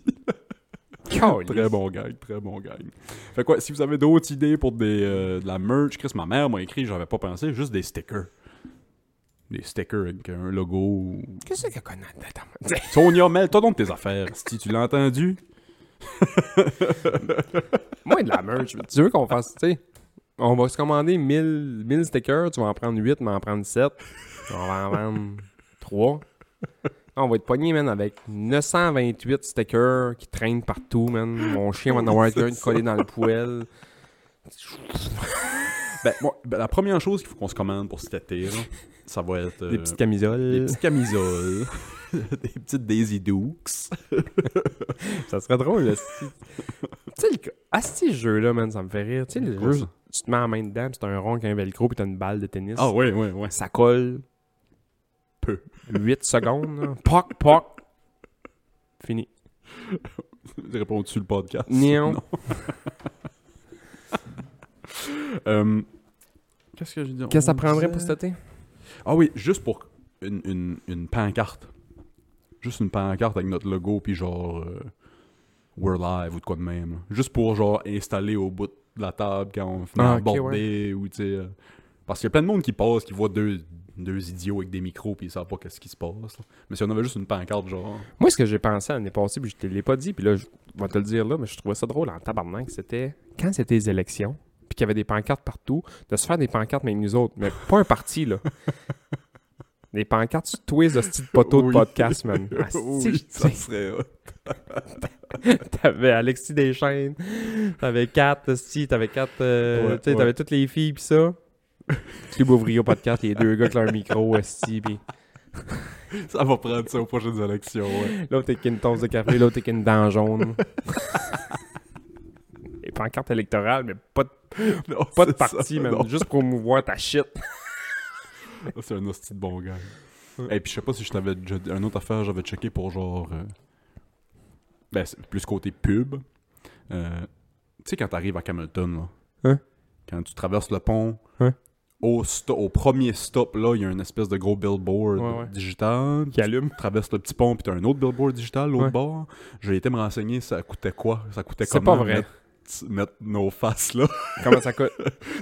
Speaker 3: Très
Speaker 2: Calice.
Speaker 3: bon gang, très bon gang. Fait quoi, si vous avez d'autres idées pour des, euh, de la merch, Chris, ma mère m'a écrit, j'avais pas pensé, juste des stickers. Des stickers avec un logo.
Speaker 2: Qu'est-ce que connaît dedans?
Speaker 3: Sonia, mêle toi donc de tes affaires, si tu l'as entendu.
Speaker 2: Moi, de la merch. Tu veux qu'on fasse, tu sais, on va se commander 1000, 1000 stickers, tu vas en prendre 8, mais en prendre 7. On va en vendre 3. On va être pogné, man, avec 928 stickers qui traînent partout, man. Mon chien va en avoir un collé dans le poêle.
Speaker 3: Ben, moi, ben, la première chose qu'il faut qu'on se commande pour cet été, là, ça va être euh,
Speaker 2: Des petites camisoles.
Speaker 3: des petites camisoles, des petites Daisy Dukes.
Speaker 2: Ça serait drôle, là. si- tu sais, le... co- ah, ce jeu-là, man, ça me fait rire. Tu sais, le
Speaker 3: Quoi,
Speaker 2: jeu,
Speaker 3: ça?
Speaker 2: tu te mets en main dedans, puis t'as un rond, qu'un velcro, puis t'as une balle de tennis.
Speaker 3: Ah ouais, ouais, ouais.
Speaker 2: Ça colle.
Speaker 3: Peu.
Speaker 2: 8 secondes, là. Poc, poc. Fini.
Speaker 3: Réponds-tu le podcast?
Speaker 2: Nion.
Speaker 3: Euh, Qu'est-ce que je dis?
Speaker 2: Qu'est-ce que ça
Speaker 3: On
Speaker 2: prendrait
Speaker 3: disait-
Speaker 2: pour cet été?
Speaker 3: Ah oui, juste pour une, une, une pancarte. Juste une pancarte avec notre logo, puis genre euh, We're Live ou de quoi de même. là. Juste pour genre installer au bout de la table quand on finit
Speaker 2: Ah,
Speaker 3: à
Speaker 2: ok,
Speaker 3: border ou tu sais. euh, Parce qu'il y a plein de monde qui passe, qui voit deux, deux idiots avec des micros, puis ils savent pas qu'est-ce qui se passe. là. Mais si on avait juste une pancarte, genre.
Speaker 2: Moi, ce que j'ai pensé l'année passée, puis je te l'ai pas dit, puis là, je vais te le dire là, mais je trouvais ça drôle en tabarnak, c'était quand c'était les élections, puis qu'il y avait des pancartes partout, de se faire des pancartes avec nous autres, mais pas un parti, là. Des pancartes sur Twist de ce petit poteau
Speaker 3: Oui.
Speaker 2: de podcast, man. Ah,
Speaker 3: oui,
Speaker 2: si,
Speaker 3: ça serait. hot.
Speaker 2: T'avais Alexis Deschênes, t'avais Kat, si, t'avais Kat, euh,
Speaker 3: Ouais,
Speaker 2: tu sais,
Speaker 3: ouais.
Speaker 2: t'avais toutes les filles, puis ça. Club Ouvrier au podcast, les deux gars avec leur micro, esti, puis
Speaker 3: Ça va prendre ça aux prochaines élections, ouais.
Speaker 2: L'autre t'es qu'une tasse de café, l'autre t'es qu'une dent jaune. Et pancarte électorale, mais pas de,
Speaker 3: Non,
Speaker 2: pas de
Speaker 3: c'est ça,
Speaker 2: parti,
Speaker 3: non.
Speaker 2: même. Juste promouvoir ta shit.
Speaker 3: Ça, C'est un hostie de bon gars. Et puis je sais pas si je t'avais déjà dit- un autre affaire, j'avais checké pour genre euh, ben c'est plus côté pub. Euh, tu sais quand t'arrives à Camelton là.
Speaker 2: Hein?
Speaker 3: Quand tu traverses le pont,
Speaker 2: Hein?
Speaker 3: au, sto- au premier stop là, il y a une espèce de gros billboard
Speaker 2: Ouais, ouais.
Speaker 3: digital
Speaker 2: Qui allume.
Speaker 3: Tu traverses le petit pont puis t'as un autre billboard digital l'autre
Speaker 2: Ouais.
Speaker 3: bord. J'ai été me renseigner ça coûtait quoi, ça coûtait
Speaker 2: C'est
Speaker 3: comment
Speaker 2: pas vrai.
Speaker 3: Mettre, mettre nos faces là,
Speaker 2: Comment ça coûte?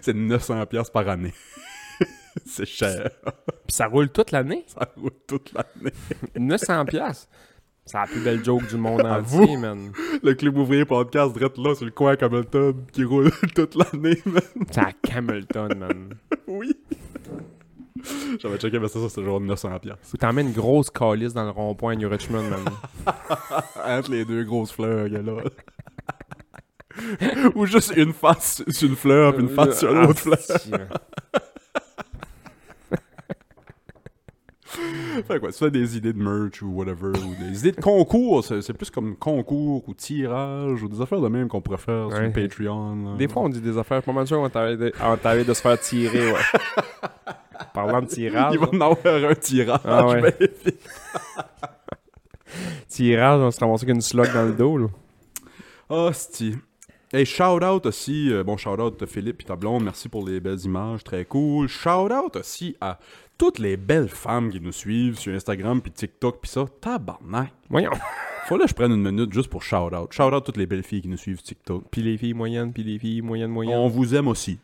Speaker 3: c'est 900 pièces par année. c'est cher,
Speaker 2: Puis ça roule toute l'année.
Speaker 3: ça roule toute l'année.
Speaker 2: 900 piastres. C'est la plus belle joke du monde
Speaker 3: À
Speaker 2: entier, man.
Speaker 3: Le Club Ouvrier Podcast, drette là, sur le coin à Camelton, qui roule toute l'année, man.
Speaker 2: C'est à Camelton, man.
Speaker 3: Oui. J'avais checké, mais ça, ça c'était genre 900 piastres.
Speaker 2: Faut t'en mets une grosse calice dans le rond-point à New Richmond, man.
Speaker 3: Entre les deux grosses fleurs, gars, là. Ou juste une face sur une fleur, puis une face sur l'autre fleur.
Speaker 2: fleur.
Speaker 3: Fait quoi, tu fais des idées de merch ou whatever, ou des idées de concours, c'est c'est plus comme concours ou tirage ou des affaires de même qu'on pourrait faire sur
Speaker 2: Ouais.
Speaker 3: Patreon. là.
Speaker 2: Des fois, on dit des affaires. Pas mal de choses, on t'avait de, on t'avait de se faire tirer, ouais. Parlant de tirage.
Speaker 3: il va en avoir un tirage.
Speaker 2: Ah ouais.
Speaker 3: ben,
Speaker 2: tirage, on se ramassait avec une slug dans le dos. Là.
Speaker 3: Ah, c'ti. Hey, shout out aussi, euh, bon, shout out à Philippe et ta blonde, merci pour les belles images, très cool. Shout out aussi à toutes les belles femmes qui nous suivent sur Instagram puis TikTok puis ça, tabarnak.
Speaker 2: Voyons.
Speaker 3: Faut là que je prenne une minute juste pour shout out. Shout out toutes les belles filles qui nous suivent TikTok.
Speaker 2: Puis les filles moyennes, puis les filles moyennes, moyennes.
Speaker 3: On vous aime aussi.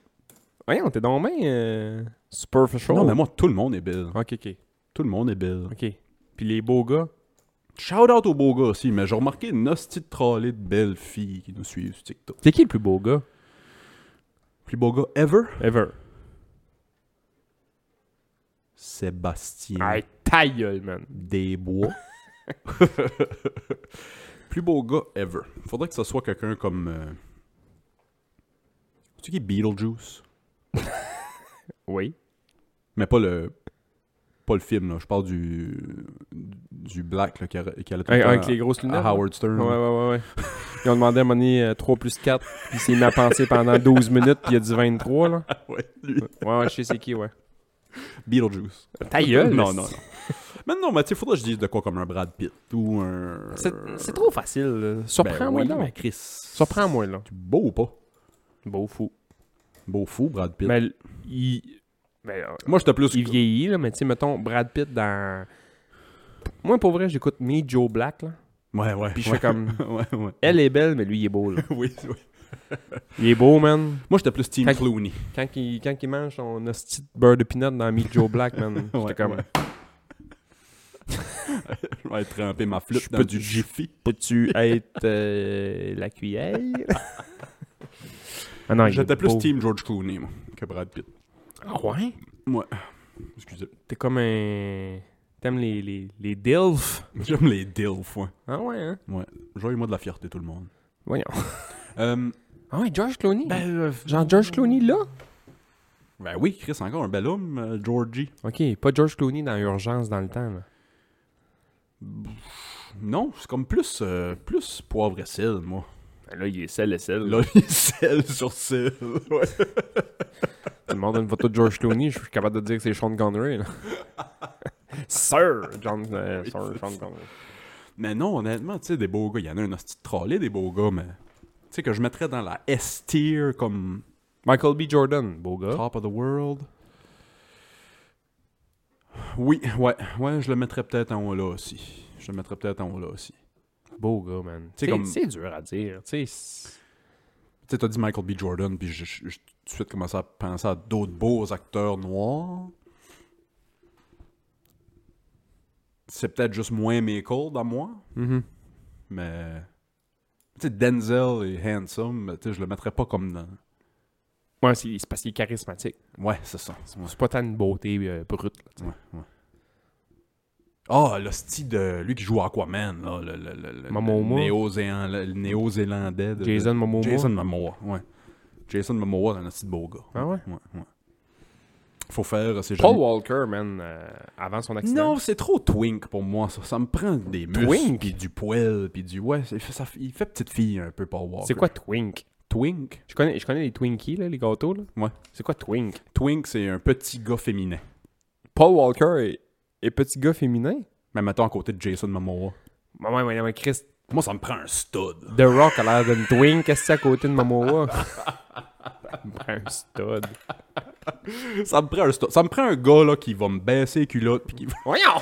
Speaker 2: Voyons, t'es dans main euh, superficial.
Speaker 3: Non, mais moi, tout le monde est belle.
Speaker 2: Ok, ok,
Speaker 3: Tout le monde est belle.
Speaker 2: ok. Puis les beaux gars.
Speaker 3: Shout out aux beaux gars aussi, mais j'ai remarqué une hostie de trolley de belles filles qui nous suivent sur TikTok.
Speaker 2: C'est qui le plus beau gars?
Speaker 3: Plus beau gars ever,
Speaker 2: Ever.
Speaker 3: Sébastien.
Speaker 2: Hey, ta gueule, man.
Speaker 3: des bois. Plus beau gars ever. Faudrait que ce soit quelqu'un comme. euh, Tu sais qui est Beetlejuice
Speaker 2: Oui.
Speaker 3: Mais pas le. Pas le film, là. Je parle du. Du Black, là, qui a, qui a le
Speaker 2: Avec,
Speaker 3: truc
Speaker 2: avec
Speaker 3: à-
Speaker 2: les grosses
Speaker 3: à
Speaker 2: lunettes.
Speaker 3: Howard Stern.
Speaker 2: Ouais, ouais, ouais, ouais. Ils ont demandé à monnaie 3 plus 4, puis il s'est mis à penser pendant 12 minutes, puis il a dit 23, là.
Speaker 3: Ouais, lui.
Speaker 2: Ouais, ouais, je sais c'est qui, ouais.
Speaker 3: Beetlejuice.
Speaker 2: Ta gueule,
Speaker 3: Non,
Speaker 2: c'est-
Speaker 3: non, non. Mais non, mais tu sais, faudrait que je dise de quoi comme un Brad Pitt ou un.
Speaker 2: C'est c'est trop facile. là.
Speaker 3: Ben,
Speaker 2: Surprends-moi,
Speaker 3: oui,
Speaker 2: là.
Speaker 3: mais Chris.
Speaker 2: Surprends-moi, là.
Speaker 3: Beau ou pas
Speaker 2: Beau fou.
Speaker 3: Beau fou, Brad Pitt.
Speaker 2: Mais l- il. Mais, euh,
Speaker 3: Moi, j'étais plus.
Speaker 2: Ben, il vieillit, là, mais tu sais, mettons Brad Pitt dans. Moi, pour vrai, j'écoute Me Joe Black, là.
Speaker 3: Ouais, ouais.
Speaker 2: Puis je
Speaker 3: ouais.
Speaker 2: fais comme.
Speaker 3: ouais, ouais.
Speaker 2: Elle est belle, mais lui, il est beau, là.
Speaker 3: oui, oui.
Speaker 2: Il est beau, man.
Speaker 3: Moi, j'étais plus Team
Speaker 2: Quand-
Speaker 3: Clooney.
Speaker 2: Quand il, quand il mange son hostie de beurre de peanut dans Me Joe Black, man. J'étais
Speaker 3: Ouais,
Speaker 2: comme.
Speaker 3: ouais. Je vais tremper ma
Speaker 2: Je
Speaker 3: flûte dans
Speaker 2: peux-
Speaker 3: du Jiffy.
Speaker 2: Peux-tu être euh, la cuillère? ah non, il est
Speaker 3: J'étais plus
Speaker 2: beau.
Speaker 3: Team George Clooney, moi, que Brad Pitt.
Speaker 2: Ah ouais?
Speaker 3: Ouais. Excusez.
Speaker 2: T'es comme un. T'aimes les, les, les DILF?
Speaker 3: J'aime les dilfs, ouais.
Speaker 2: Ah ouais, hein?
Speaker 3: Ouais. Joyeux-moi de la fierté, tout le monde.
Speaker 2: Voyons.
Speaker 3: Euh,
Speaker 2: Ah ouais, George Clooney?
Speaker 3: ben, euh,
Speaker 2: Genre George Clooney, là?
Speaker 3: Ben oui, Chris, encore un bel homme, euh, Georgie.
Speaker 2: Ok, pas George Clooney dans Urgence dans le temps. là.
Speaker 3: Non, c'est comme plus, euh, plus poivre et sel, moi.
Speaker 2: Ben Là, il est sel et sel.
Speaker 3: Là, il y a sel sur sel. Ouais.
Speaker 2: Tu me demandes une photo de George Clooney, je suis capable de dire que c'est Sean Connery. Là. Sir John, euh,
Speaker 3: Oui,
Speaker 2: Sir
Speaker 3: c'est
Speaker 2: Sean
Speaker 3: ça.
Speaker 2: Connery.
Speaker 3: Mais non, honnêtement, tu sais, des beaux gars, il y en a un hostie de trollé, des beaux gars, mais... Tu sais, que je mettrais dans la S-tier comme
Speaker 2: Michael B. Jordan, beau gars.
Speaker 3: Top of the World. Oui, ouais, ouais, je le mettrais peut-être en haut là aussi. Je le mettrais peut-être en haut là aussi.
Speaker 2: Beau gars, man.
Speaker 3: C'est
Speaker 2: C'est
Speaker 3: comme-
Speaker 2: c'est dur à dire. tu sais, c'est-
Speaker 3: Tu sais, t'as dit Michael B. Jordan, puis je- je- je- tout de suite commencé à penser à d'autres beaux acteurs noirs. C'est peut-être juste moins Michael dans moi,
Speaker 2: Mm-hmm.
Speaker 3: mais. Tu sais, Denzel est handsome, mais tu sais, je le mettrais pas comme dans.
Speaker 2: Ouais, c'est c'est parce qu'il est charismatique.
Speaker 3: Ouais, c'est ça. Ouais,
Speaker 2: C'est pas tant une beauté euh, brute. là, tu sais.
Speaker 3: ouais, ouais. Ah, le style de. Lui qui joue à Aquaman, là, le, le, le, le-
Speaker 2: Momoa.
Speaker 3: le néo-zéan- le- le néo-zélandais. de-
Speaker 2: Jason Momoa.
Speaker 3: Jason Momoa, ouais. Jason Momoa, c'est un style beau gars.
Speaker 2: Ah ouais?
Speaker 3: Ouais, ouais. Faut faire, euh, c'est
Speaker 2: Paul
Speaker 3: jamais-
Speaker 2: Walker, man, euh, avant son accident.
Speaker 3: Non, c'est trop twink pour moi, ça. Ça me prend des muscles,
Speaker 2: Twink?
Speaker 3: puis du poil, puis du... Ouais, c'est- ça, il fait petite fille un peu, Paul Walker.
Speaker 2: C'est quoi Twink?
Speaker 3: Twink?
Speaker 2: Je connais, je connais les Twinkies, là, les gâteaux. Là.
Speaker 3: Ouais.
Speaker 2: C'est quoi Twink?
Speaker 3: Twink, c'est un petit gars féminin.
Speaker 2: Paul Walker est, est petit gars féminin?
Speaker 3: Mais mettons à côté de Jason Momoa.
Speaker 2: Ouais, ouais, ouais, ouais, Chris.
Speaker 3: Moi, ça me prend un stud.
Speaker 2: The Rock a l'air d'une Twink. Qu'est-ce que c'est à côté de Momoa? ben, un stud.
Speaker 3: Ça me prend un stud. Ça me prend un gars, là, qui va me baisser les culottes, puis qui va...
Speaker 2: Voyons!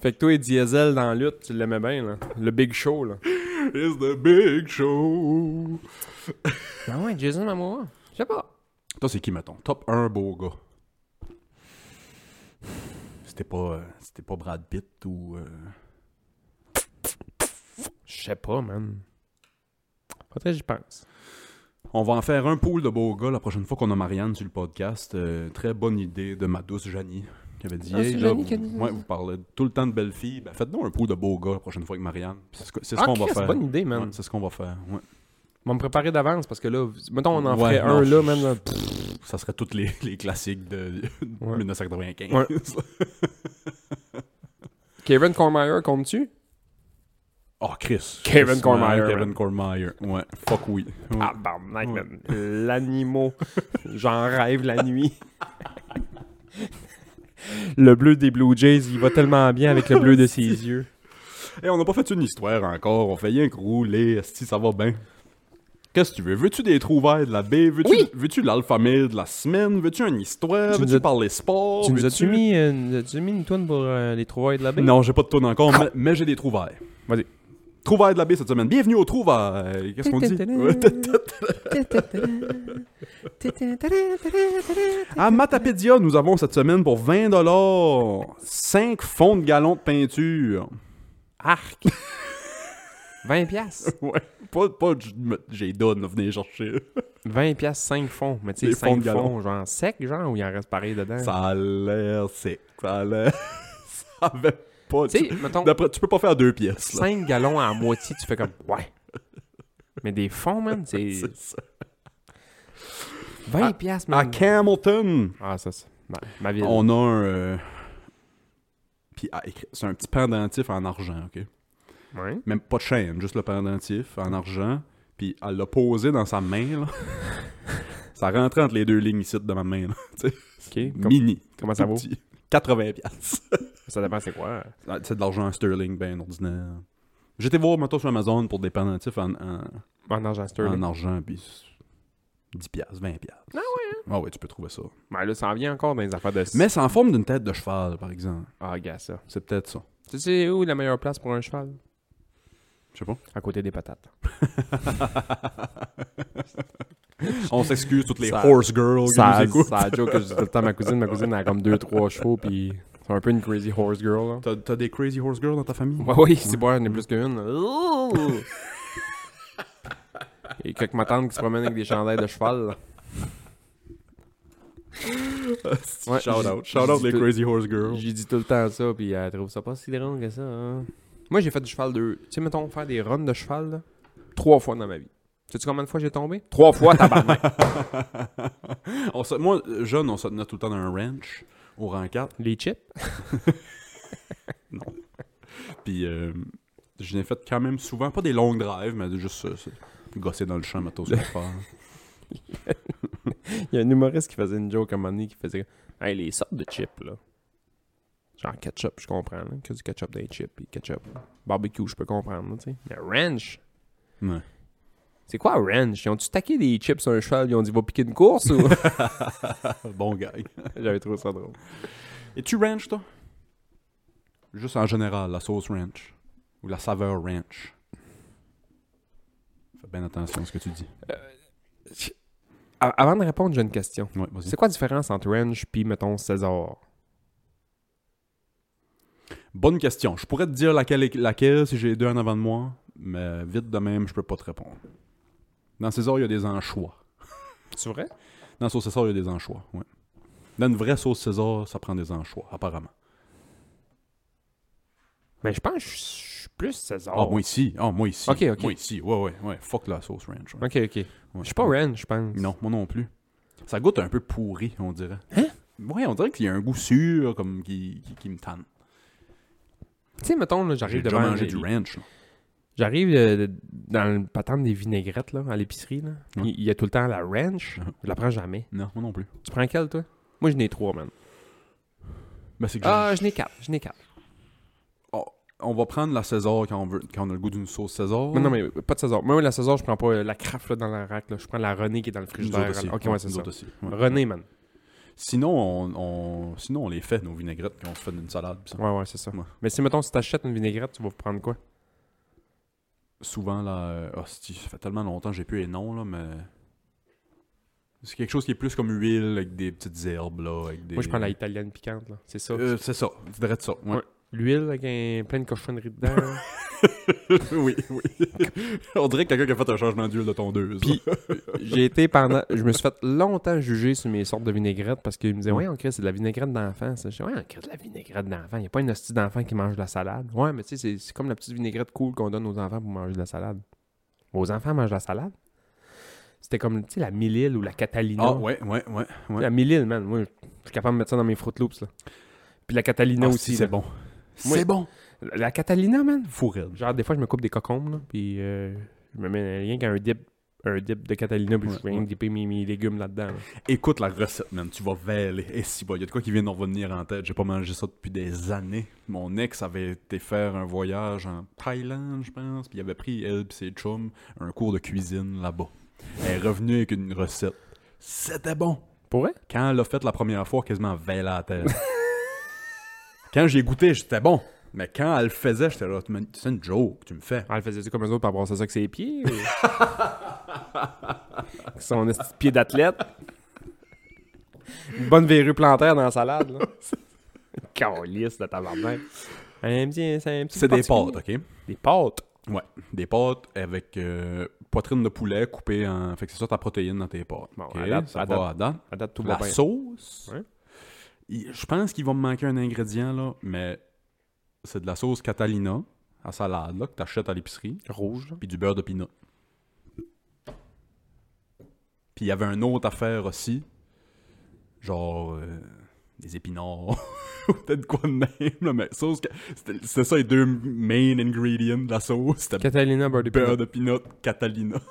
Speaker 2: fait que toi et Diesel dans la lutte, tu l'aimais bien, là. Le Big Show, là.
Speaker 3: It's the big show!
Speaker 2: Ah ouais, Jason Momoa. Je sais pas.
Speaker 3: Toi, c'est qui, mettons? Top 1 beau gars. C'était pas... euh, C'était pas Brad Pitt ou... euh,
Speaker 2: Je sais pas, man. Faudrait que j'y pense.
Speaker 3: On va en faire un pool de beaux gars la prochaine fois qu'on a Marianne sur le podcast. Euh, très bonne idée de ma douce Janie qui avait dit
Speaker 2: Ah, c'est
Speaker 3: Hey, là,
Speaker 2: Janie
Speaker 3: vous,
Speaker 2: qui a dit ça.
Speaker 3: ouais, vous parlez tout le temps de belles filles. Ben, faites-nous un pool de beaux gars la prochaine fois avec Marianne. Puis C'est ce que- c'est ce
Speaker 2: Ah,
Speaker 3: qu'on va
Speaker 2: Chris,
Speaker 3: faire.
Speaker 2: bonne idée, man.
Speaker 3: Ouais, c'est ce qu'on va faire. ouais.
Speaker 2: On va me préparer d'avance parce que là, mettons, on en
Speaker 3: Ouais,
Speaker 2: ferait
Speaker 3: non,
Speaker 2: un,
Speaker 3: je-
Speaker 2: là, man. là. Pff,
Speaker 3: Ça serait tous les, les classiques de de
Speaker 2: Ouais.
Speaker 3: 1995.
Speaker 2: Ouais. Kevin Cormier, comptes-tu?
Speaker 3: oh, Chris.
Speaker 2: Kevin
Speaker 3: Chris,
Speaker 2: Cormier,
Speaker 3: ouais, Kevin
Speaker 2: man.
Speaker 3: Cormier. Ouais, fuck oui. Ouais.
Speaker 2: Ah, bah, mec,
Speaker 3: Ouais.
Speaker 2: man. L'animal. J'en rêve la nuit. le bleu des Blue Jays, il va tellement bien avec le bleu de ses yeux.
Speaker 3: Hey, on n'a pas fait une histoire encore. On fait rien que rouler. Si ça va bien. Qu'est-ce que tu veux? Veux-tu des trouvailles de la baie? Veux-tu
Speaker 2: Oui.
Speaker 3: veux de la semaine? Veux-tu une histoire?
Speaker 2: Tu nous
Speaker 3: Veux-tu
Speaker 2: as-
Speaker 3: parler sport?
Speaker 2: Tu nous
Speaker 3: Veux-tu-
Speaker 2: as-tu mis, euh, nous as-tu mis une toune pour euh, les trouvailles de la baie?
Speaker 3: Non, j'ai pas de tourne encore, mais, mais j'ai des trouvailles.
Speaker 2: Ah. Vas-y.
Speaker 3: Trouvailles de la baie cette semaine. Bienvenue aux trouvailles. Qu'est-ce qu'on dit? Ouais. À Matapédia, nous avons cette semaine pour 20 5 fonds de gallons de peinture.
Speaker 2: Arc! 20 piastres.
Speaker 3: Ouais. Pas, pas que je me- j'ai donne de venir chercher.
Speaker 2: 20 piastres, 5 fonds. Mais tu
Speaker 3: Des
Speaker 2: sais,
Speaker 3: fonds
Speaker 2: 5
Speaker 3: de
Speaker 2: fonds,
Speaker 3: galon.
Speaker 2: genre sec, genre, ou il en reste pareil dedans?
Speaker 3: Ça a l'air sec. Ça a l'air. Ça avait pas.
Speaker 2: Tu sais,
Speaker 3: tu-
Speaker 2: mettons,
Speaker 3: D'après, tu peux pas faire deux pièces. Là.
Speaker 2: 5 gallons à moitié, tu fais comme, ouais. Mais des fonds, man, c'est
Speaker 3: C'est ça.
Speaker 2: 20 piastres,
Speaker 3: À
Speaker 2: man.
Speaker 3: Camelton,
Speaker 2: Ah, ça, c'est ma, ma ville.
Speaker 3: on a un. euh, Puis, ah, écrit- c'est un petit pendentif en argent, ok?
Speaker 2: Ouais.
Speaker 3: Même pas de chaîne, juste le pendentif en argent. Puis elle l'a posé dans sa main, là. ça rentrait entre les deux lignes ici de ma main, là. Tu sais,
Speaker 2: OK. Com-
Speaker 3: Mini.
Speaker 2: comment ça
Speaker 3: tout
Speaker 2: vaut?
Speaker 3: petit. 80 piastres.
Speaker 2: Ça dépend c'est quoi.
Speaker 3: Ah, C'est de l'argent sterling, ben ordinaire. J'étais voir, mettons, sur Amazon pour des pendentifs en- en,
Speaker 2: En argent
Speaker 3: En
Speaker 2: sterling.
Speaker 3: argent, puis c'est 10 piastres, 20 piastres. Ah ouais? Ah ouais, tu peux trouver ça.
Speaker 2: Mais Ben, là, ça en vient encore dans les affaires de...
Speaker 3: Mais c'est en forme d'une tête de cheval, par exemple.
Speaker 2: Ah, gars, ça.
Speaker 3: C'est peut-être ça.
Speaker 2: Tu sais où la meilleure place pour un cheval?
Speaker 3: Je sais pas.
Speaker 2: À côté des patates.
Speaker 3: On s'excuse toutes les
Speaker 2: Ça-
Speaker 3: horse girls qui
Speaker 2: Ça,
Speaker 3: nous écoutent.
Speaker 2: ça a joke que je dis tout le temps à ma cousine. Ma cousine elle a comme 2-3 chevaux, puis c'est un peu une crazy horse girl, là.
Speaker 3: T'as, t'as des crazy horse girls dans ta famille?
Speaker 2: Ouais, oui, c'est bon, j'en ai plus qu'une. Ouh! Et quelques matantes qui se promènent avec des chandails de cheval. là. Ah, Ouais,
Speaker 3: shout out.
Speaker 2: j-
Speaker 3: Shout out
Speaker 2: j-
Speaker 3: les
Speaker 2: tout-
Speaker 3: crazy horse girls.
Speaker 2: J'ai dit tout le temps ça, puis elle trouve ça pas si drôle que ça. hein. Moi, j'ai fait du cheval de. Tu sais, mettons, faire des runs de cheval, là, trois fois dans ma vie. Sais-tu combien de fois j'ai tombé? Trois fois, tabarnak.
Speaker 3: On se- Moi, jeune, on se tenait tout le temps dans un ranch au rang 4.
Speaker 2: Les chips?
Speaker 3: Puis euh, je l'ai fait quand même souvent, pas des longues drives, mais juste euh, se- gosser dans le champ, mettons, sur le phare.
Speaker 2: Il y a un humoriste qui faisait une joke à un moment donné qui faisait Hey, les sortes de chips, là. Genre ketchup, je comprends. là, Que du ketchup dans les chips, puis ketchup. Barbecue, je peux comprendre, là, tu sais. Mais ranch?
Speaker 3: Ouais.
Speaker 2: C'est quoi ranch? Ils ont-tu taqué des chips sur un cheval? Ils ont dit va piquer une course ou.
Speaker 3: Bon gars.
Speaker 2: J'avais trouvé ça drôle.
Speaker 3: Es-tu ranch, toi? Juste en général, la sauce ranch. Ou la saveur ranch. Fais bien attention à ce que tu dis.
Speaker 2: A- Avant de répondre, j'ai une question.
Speaker 3: Ouais, vas-y.
Speaker 2: C'est quoi la différence entre ranch puis, mettons, César?
Speaker 3: Bonne question. Je pourrais te dire laquelle est laquelle si j'ai les deux en avant de moi, mais vite de même, je peux pas te répondre. Dans César, il y a des anchois.
Speaker 2: C'est vrai?
Speaker 3: Dans la sauce César, il y a des anchois, ouais. Dans une vraie sauce César, ça prend des anchois, apparemment.
Speaker 2: Mais je pense que je suis plus César.
Speaker 3: Ah, moi ici. Ah, moi ici.
Speaker 2: Ok, ok.
Speaker 3: Moi ici. Ouais, ouais, ouais. Fuck la sauce ranch. ouais.
Speaker 2: Ok, ok.
Speaker 3: Ouais.
Speaker 2: Je suis pas ranch, je pense.
Speaker 3: Non, moi non plus. Ça goûte un peu pourri, on dirait. Hein? Ouais, on dirait qu'il y a un goût sûr, comme qui, qui, qui me tanne.
Speaker 2: Tu sais, mettons, là,
Speaker 3: J'ai
Speaker 2: j'arrive
Speaker 3: déjà
Speaker 2: devant.
Speaker 3: mangé
Speaker 2: les-
Speaker 3: du ranch. là.
Speaker 2: J'arrive euh, de- dans le patente des vinaigrettes là, à l'épicerie. là. Il
Speaker 3: Ouais.
Speaker 2: il y a tout le temps la ranch.
Speaker 3: Uh-huh.
Speaker 2: Je la prends jamais.
Speaker 3: Non, moi non plus.
Speaker 2: Tu prends quelle, toi? Moi, je n'ai trois, man.
Speaker 3: Ben, c'est que
Speaker 2: Ah,
Speaker 3: j'ai-
Speaker 2: je n'ai quatre. Je n'ai quatre.
Speaker 3: Oh, on va prendre la César quand on, veut, quand on a le goût d'une sauce César.
Speaker 2: Mais non, mais pas de César. Moi, oui, la César, je prends pas euh, la craft là, dans la rack. Là. Je prends la René qui est dans le
Speaker 3: Nous
Speaker 2: frigidaire.
Speaker 3: autres aussi.
Speaker 2: Ok, ouais, c'est
Speaker 3: Nous
Speaker 2: ça.
Speaker 3: autres aussi, ouais.
Speaker 2: René, man.
Speaker 3: Sinon, on, on- sinon, on les fait, nos vinaigrettes, puis on se fait une salade. puis ça.
Speaker 2: Ouais, ouais, c'est ça.
Speaker 3: Ouais.
Speaker 2: Mais si, mettons, si t'achètes une vinaigrette, tu vas prendre quoi?
Speaker 3: Souvent, là, euh, hostie, ça fait tellement longtemps que j'ai plus les noms, là, mais. C'est quelque chose qui est plus comme huile, avec des petites herbes, là. Avec des...
Speaker 2: Moi, je prends la italienne piquante, là. C'est ça.
Speaker 3: Euh, c'est ça, je dirais de ça. ouais.
Speaker 2: Ouais. L'huile avec un... plein de cochonneries dedans. là.
Speaker 3: oui, oui. on dirait que quelqu'un qui a fait un changement d'huile de tondeuse.
Speaker 2: Puis- J'ai été pendant. Je me suis fait longtemps juger sur mes sortes de vinaigrettes parce qu'ils me disaient
Speaker 3: Ouais.
Speaker 2: Ouais, on crée, c'est de la vinaigrette d'enfant. ça. Je dis Ouais, on crée de la vinaigrette d'enfant. Il n'y a pas une hostie d'enfant qui mange de la salade. Ouais, mais tu sais, c'est- c'est comme la petite vinaigrette cool qu'on donne aux enfants pour manger de la salade. Vos enfants mangent de la salade C'était comme, tu sais, la milil ou la catalina.
Speaker 3: ah, ouais, ouais, ouais. ouais.
Speaker 2: La milil, man. Moi, je suis capable de mettre ça dans mes Fruit Loops. Là. Puis la catalina
Speaker 3: Ah,
Speaker 2: aussi.
Speaker 3: si, c'est
Speaker 2: là.
Speaker 3: bon.
Speaker 2: Moi-
Speaker 3: C'est bon.
Speaker 2: La la catalina, man.
Speaker 3: Fourrel.
Speaker 2: Genre, des fois, je me coupe des cocombes, là, puis euh, je me mets rien qu'un dip, un dip de Catalina, puis je
Speaker 3: Ouais,
Speaker 2: viens
Speaker 3: ouais.
Speaker 2: dipper mes, mes légumes là-dedans. là.
Speaker 3: Écoute la recette, man. Tu vas véler. Et si, il y a de quoi qui vient de revenir en tête. J'ai pas mangé ça depuis des années. Mon ex avait été faire un voyage en Thaïlande, je pense. Puis il avait pris, elle et ses chums, un cours de cuisine là-bas. Elle est revenue avec une recette. C'était bon.
Speaker 2: Pour vrai?
Speaker 3: Quand elle l'a fait la première fois, quasiment vélé à la tête. quand j'ai goûté, j'étais bon. Mais quand elle le faisait, j'étais là, Tu me- c'est une joke, tu me fais.
Speaker 2: Ah, elle faisait comme eux autres pour brasser ça avec ses pieds? ou- Avec Son esti de pied d'athlète. Une bonne verrue plantaire dans la salade, là. Calice de tabarnak. Un petit- C'est un petit
Speaker 3: C'est des
Speaker 2: particulier.
Speaker 3: pâtes, ok?
Speaker 2: Des pâtes.
Speaker 3: Ouais, des pâtes avec euh, poitrine de poulet coupée en. Fait que c'est ça ta protéine dans tes pâtes.
Speaker 2: Bon,
Speaker 3: ok?
Speaker 2: à date,
Speaker 3: ça
Speaker 2: à
Speaker 3: va
Speaker 2: date.
Speaker 3: à date.
Speaker 2: À date, tout va
Speaker 3: La
Speaker 2: bien.
Speaker 3: sauce.
Speaker 2: Ouais.
Speaker 3: il- Je pense qu'il va me manquer un ingrédient, là, mais c'est de la sauce Catalina à salade, là, que t'achètes à l'épicerie,
Speaker 2: Rouge, là.
Speaker 3: puis du beurre de pinot. Puis il y avait un autre affaire aussi, genre euh, des épinards, ou peut-être quoi de même, là, mais sauce. ca- C'était c'était ça les deux main ingredients de la sauce. C'était
Speaker 2: Catalina Birdie
Speaker 3: Beurre de peanut, Catalina.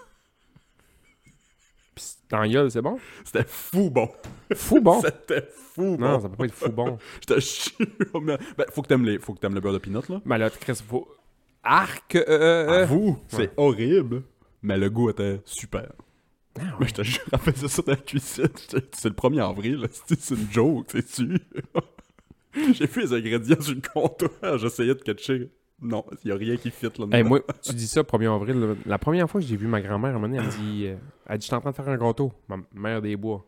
Speaker 2: Dans la gueule, c'est bon?
Speaker 3: C'était fou bon.
Speaker 2: Fou bon!
Speaker 3: C'était fou
Speaker 2: Oh! Non,
Speaker 3: bon.
Speaker 2: ça peut pas être fou bon.
Speaker 3: Je te jure. man. Ben, faut que t'aimes les, faut que t'aimes le beurre de peanut là.
Speaker 2: Mais là, Chris, faut... Arc! euh, euh, euh.
Speaker 3: Vous, c'est horrible. Mais le goût était super.
Speaker 2: Ah
Speaker 3: Mais je te jure, elle faisait ça dans la cuisine. Je te- C'est le 1er avril, là. c'est c'est une joke, c'est sûr. J'ai vu les ingrédients sur le comptoir, j'essayais de catcher. Non, il y a rien qui fit là-dedans.
Speaker 2: Hey, moi, tu dis ça, 1er avril. là. La première fois que j'ai vu ma grand-mère, à un moment donné, elle me dit euh, Elle dit, Je suis en train de faire un gâteau. Ma mère des bois.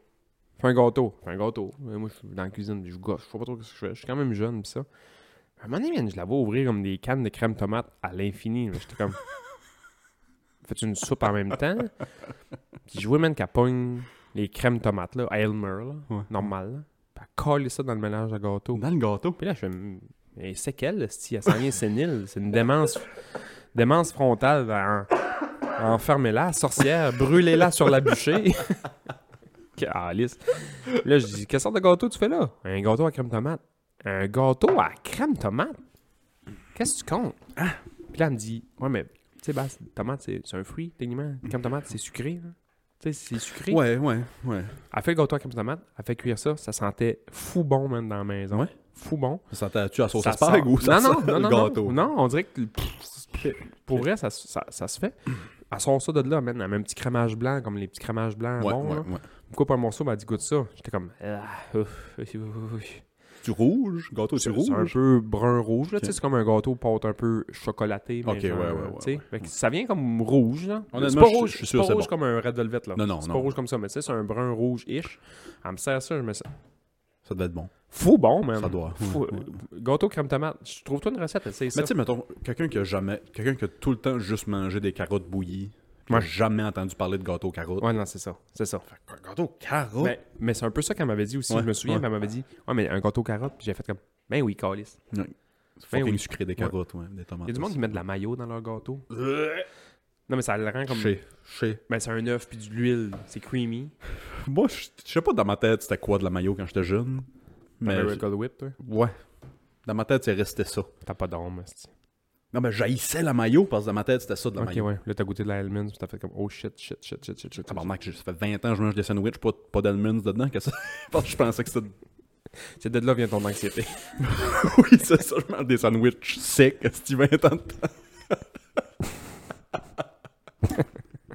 Speaker 2: Fais un gâteau. Fais un gâteau. Et moi, je suis dans la cuisine. puis Je gosse. Je sais pas trop ce que je fais. Je suis quand même jeune. Pis ça. À un moment donné, man, je la vois ouvrir comme des cannes de crème tomate à l'infini. là. J'étais comme Fais-tu une soupe en même temps Puis je vois, man, qu'elle pogne les crèmes tomates, là, à Elmer, là,
Speaker 3: Ouais.
Speaker 2: normal. Là. Puis elle colle ça dans le mélange de gâteau.
Speaker 3: Dans le gâteau.
Speaker 2: Puis là, je fais. Mais c'est qu'elle, si elle s'en vient sénile. C'est une démence. Démence frontale. Ben, en- Enfermez-la, sorcière, brûlez-la sur la bûchée. Calice. Là, je dis, quelle sorte de gâteau tu fais là? Un gâteau à crème tomate. Un gâteau à crème tomate? Qu'est-ce que tu comptes? Ah! Puis là, elle me dit, ouais, mais, tu sais, Bas, tomate, c'est c'est un fruit, techniquement. Crème tomate, c'est sucré. hein. Tu sais, c'est sucré.
Speaker 3: Ouais, ouais, ouais.
Speaker 2: Elle fait le gâteau à crème tomate, elle fait cuire ça, ça sentait fou bon, même, dans la maison.
Speaker 3: Ouais.
Speaker 2: Fou bon.
Speaker 3: Ça sentait-tu à sauce
Speaker 2: Ça
Speaker 3: aspargue
Speaker 2: sort.
Speaker 3: ou ça
Speaker 2: non,
Speaker 3: sent
Speaker 2: non, non,
Speaker 3: le
Speaker 2: non,
Speaker 3: gâteau?
Speaker 2: Non, on dirait que pff, pour vrai, ça, se- ça, ça se fait. Elle sort ça de là, man. Elle met un petit crémage blanc, comme les petits crémages blancs
Speaker 3: Ouais,
Speaker 2: bons.
Speaker 3: ouais,
Speaker 2: là.
Speaker 3: ouais.
Speaker 2: Elle me coupe un morceau, ben, elle dit goûte ça. J'étais comme. Ah, ouf, ouf, ouf, ouf.
Speaker 3: Du rouge? Gâteau, c'est
Speaker 2: C'est c'est un
Speaker 3: rouge?
Speaker 2: peu brun-rouge. là, tu sais, C'est comme un gâteau pâte un peu chocolaté. mais
Speaker 3: Ok, ouais,
Speaker 2: genre,
Speaker 3: ouais, ouais,
Speaker 2: tu sais.
Speaker 3: ouais.
Speaker 2: Fait que Ça vient comme rouge. là.
Speaker 3: Honnêtement,
Speaker 2: C'est pas
Speaker 3: je-
Speaker 2: rouge,
Speaker 3: je suis
Speaker 2: c'est
Speaker 3: sûr
Speaker 2: pas
Speaker 3: que c'est
Speaker 2: rouge
Speaker 3: bon.
Speaker 2: comme un Red Velvet. là.
Speaker 3: Non, non,
Speaker 2: C'est
Speaker 3: non.
Speaker 2: pas rouge comme ça, mais tu sais, c'est un brun-rouge-ish. Elle me sert ça, je me sers.
Speaker 3: Ça devait être bon.
Speaker 2: Fou bon, man.
Speaker 3: Ça doit,
Speaker 2: Fou- Gâteau crème tomate. Je trouve-toi une recette, essaye ça.
Speaker 3: Mais tu sais, mettons, quelqu'un qui a jamais, quelqu'un qui a tout le temps juste mangé des carottes bouillies, qui a
Speaker 2: Ouais.
Speaker 3: jamais entendu parler de gâteau aux carottes.
Speaker 2: Ouais, non, c'est ça. C'est ça.
Speaker 3: Un gâteau aux carottes?
Speaker 2: Mais, Ben, mais c'est un peu ça qu'elle m'avait dit aussi.
Speaker 3: Ouais,
Speaker 2: je me souviens,
Speaker 3: ouais.
Speaker 2: puis elle m'avait dit Oh. Ouais, mais un gâteau carotte. Puis j'ai fait comme Ben oui, calice.
Speaker 3: Ouais. C'est fucking
Speaker 2: Ben oui.
Speaker 3: sucré des carottes, ouais, des tomates.
Speaker 2: Il y a du monde qui met de la mayo dans leur gâteau. Non, mais ça le rend comme.
Speaker 3: Chez, chez.
Speaker 2: Ben, c'est un œuf puis de l'huile. C'est creamy.
Speaker 3: Moi, je je sais pas dans ma tête c'était quoi de la mayo quand j'étais jeune, mais
Speaker 2: Miracle Whip, toi.
Speaker 3: ouais, dans ma tête c'est resté ça.
Speaker 2: T'as pas d'âme, esti.
Speaker 3: Non mais j'haïssais la mayo parce que dans ma tête c'était ça de la
Speaker 2: Ok,
Speaker 3: mayo.
Speaker 2: ouais. Là, t'as goûté de la Hellman's puis t'as fait comme Oh shit, shit, shit, shit, shit, shit.
Speaker 3: Tabarnak, j'ai- ça fait 20 ans que je mange des sandwichs, pas, pas d'almonds dedans, que ça. Parce que je pensais que c'était.
Speaker 2: C'est de là vient ton anxiété.
Speaker 3: Oui, c'est ça, je mange des sandwichs secs, c'est 20 ans de temps.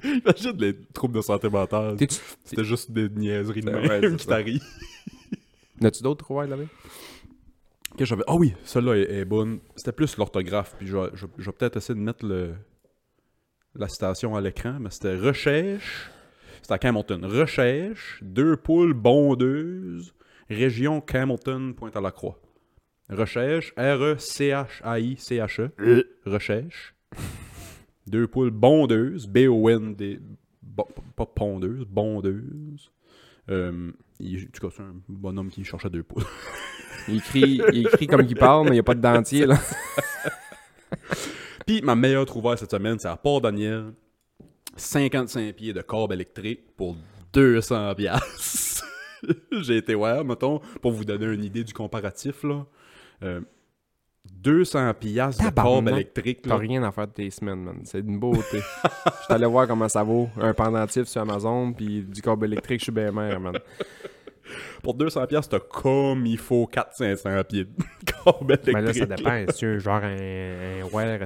Speaker 3: Imagine les troubles de santé mentale.
Speaker 2: T'es-tu-
Speaker 3: C'était juste des niaiseries de
Speaker 2: Ouais,
Speaker 3: même
Speaker 2: c'est
Speaker 3: qui
Speaker 2: ça.
Speaker 3: t'arrivent.
Speaker 2: N'as-tu d'autres trouvailles là-bas
Speaker 3: Ok, j'avais. Ah oui, celle-là est, est bonne. C'était plus l'orthographe, puis je, je- je vais peut-être essayer de mettre le, la citation à l'écran, mais c'était recherche. C'était à Camelton. Recherche, deux poules bondeuses, région Camelton, pointe à la croix. Recherche, E R-E-C-H-A-I-C-H-E. E. Recherche. deux poules bondeuses, B-O-N-D. bon- pas pondeuses, bondeuses. Euh, il- en tout cas, c'est un bonhomme qui cherchait deux poules.
Speaker 2: Il crie, il crie comme il parle, mais il n'y a pas de dentier, là.
Speaker 3: Puis ma meilleure trouvaille cette semaine, c'est à Port-Daniel. 55 pieds de câble électrique pour 200 piastres. J'ai été ouais, mettons, pour vous donner une idée du comparatif, là. Euh, 200 piastres de câble
Speaker 2: Tabarnak.
Speaker 3: électrique,
Speaker 2: T'as
Speaker 3: là.
Speaker 2: rien à faire de tes semaines, man. C'est une beauté. Je t'allais voir comment ça vaut un pendentif sur Amazon, puis du câble électrique, je suis bien mère, man.
Speaker 3: Pour 200 piastres, t'as comme il faut 400-500 pieds de câble électrique.
Speaker 2: Mais là, ça
Speaker 3: là.
Speaker 2: dépend. Est-ce que genre un, un wire à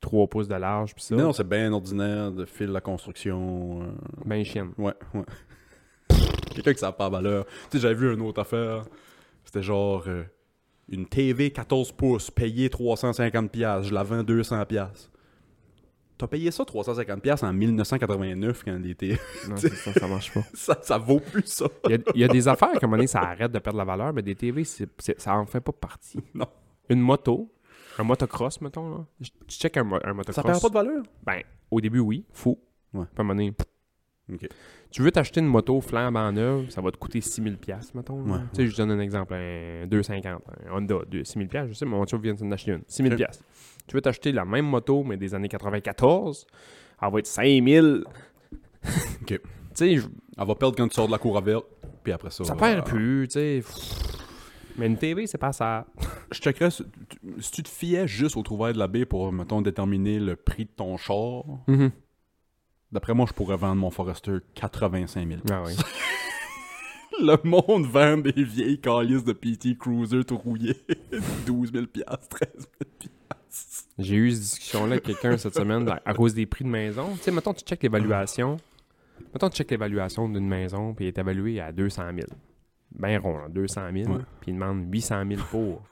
Speaker 2: 3 pouces de large, puis ça?
Speaker 3: Non, c'est bien ordinaire de fil la construction. euh,
Speaker 2: Ben chienne.
Speaker 3: Ouais, ouais. Quelqu'un qui savent pas la valeur. Tu sais, j'avais vu une autre affaire. C'était genre euh, une TV 14 pouces, payée 350$, piastres, je la vends 200$. piastres. T'as payé ça 350$ piastres en 1989 quand il était.
Speaker 2: Non, c'est ça, ça marche pas.
Speaker 3: ça, ça vaut plus ça.
Speaker 2: Il y a, il y a des affaires, qu'à un moment donné, ça arrête de perdre la valeur, mais des TV, c'est- c'est- ça en fait pas partie.
Speaker 3: Non.
Speaker 2: Une moto, un motocross, mettons, là. Je- Tu check un, mo- un motocross.
Speaker 3: Ça perd pas de valeur.
Speaker 2: Ben, au début, oui. Fou.
Speaker 3: Ouais.
Speaker 2: Puis à un moment donné,
Speaker 3: Ok.
Speaker 2: Tu veux t'acheter une moto flambant neuve, ça va te coûter 6000 pièces mettons. là.
Speaker 3: Ouais.
Speaker 2: Tu sais, je donne un exemple, un 250, un Honda, 6000 pièces, je sais, mon chum vient de s'en acheter une, 6000
Speaker 3: Ok.
Speaker 2: pièces. Tu veux t'acheter la même moto mais des années 94, elle va être 5000.
Speaker 3: Ok.
Speaker 2: Tu sais, je-
Speaker 3: Elle va perdre quand tu sors de la cour à verte. Puis après ça.
Speaker 2: ça
Speaker 3: euh,
Speaker 2: perd plus, tu sais. Pff. Mais une TV, c'est pas ça.
Speaker 3: Je checkerais. si- tu- Si tu te fiais juste au trouvailles de la baie pour, mettons, déterminer le prix de ton char, d'après moi, je pourrais vendre mon Forester 85 000$.
Speaker 2: Ah oui.
Speaker 3: Le monde vend des vieilles calices de PT Cruiser tout rouillé. 12 000 piastres, 13 000 piastres.
Speaker 2: J'ai eu cette discussion-là avec quelqu'un cette semaine ben, à- à cause des prix de maison. Tu sais, mettons, tu checkes l'évaluation. Mettons, tu checkes l'évaluation d'une maison, puis elle est évaluée à 200 000. Ben rond, là, 200 000.
Speaker 3: Ouais.
Speaker 2: Puis il demande 800 000 pour.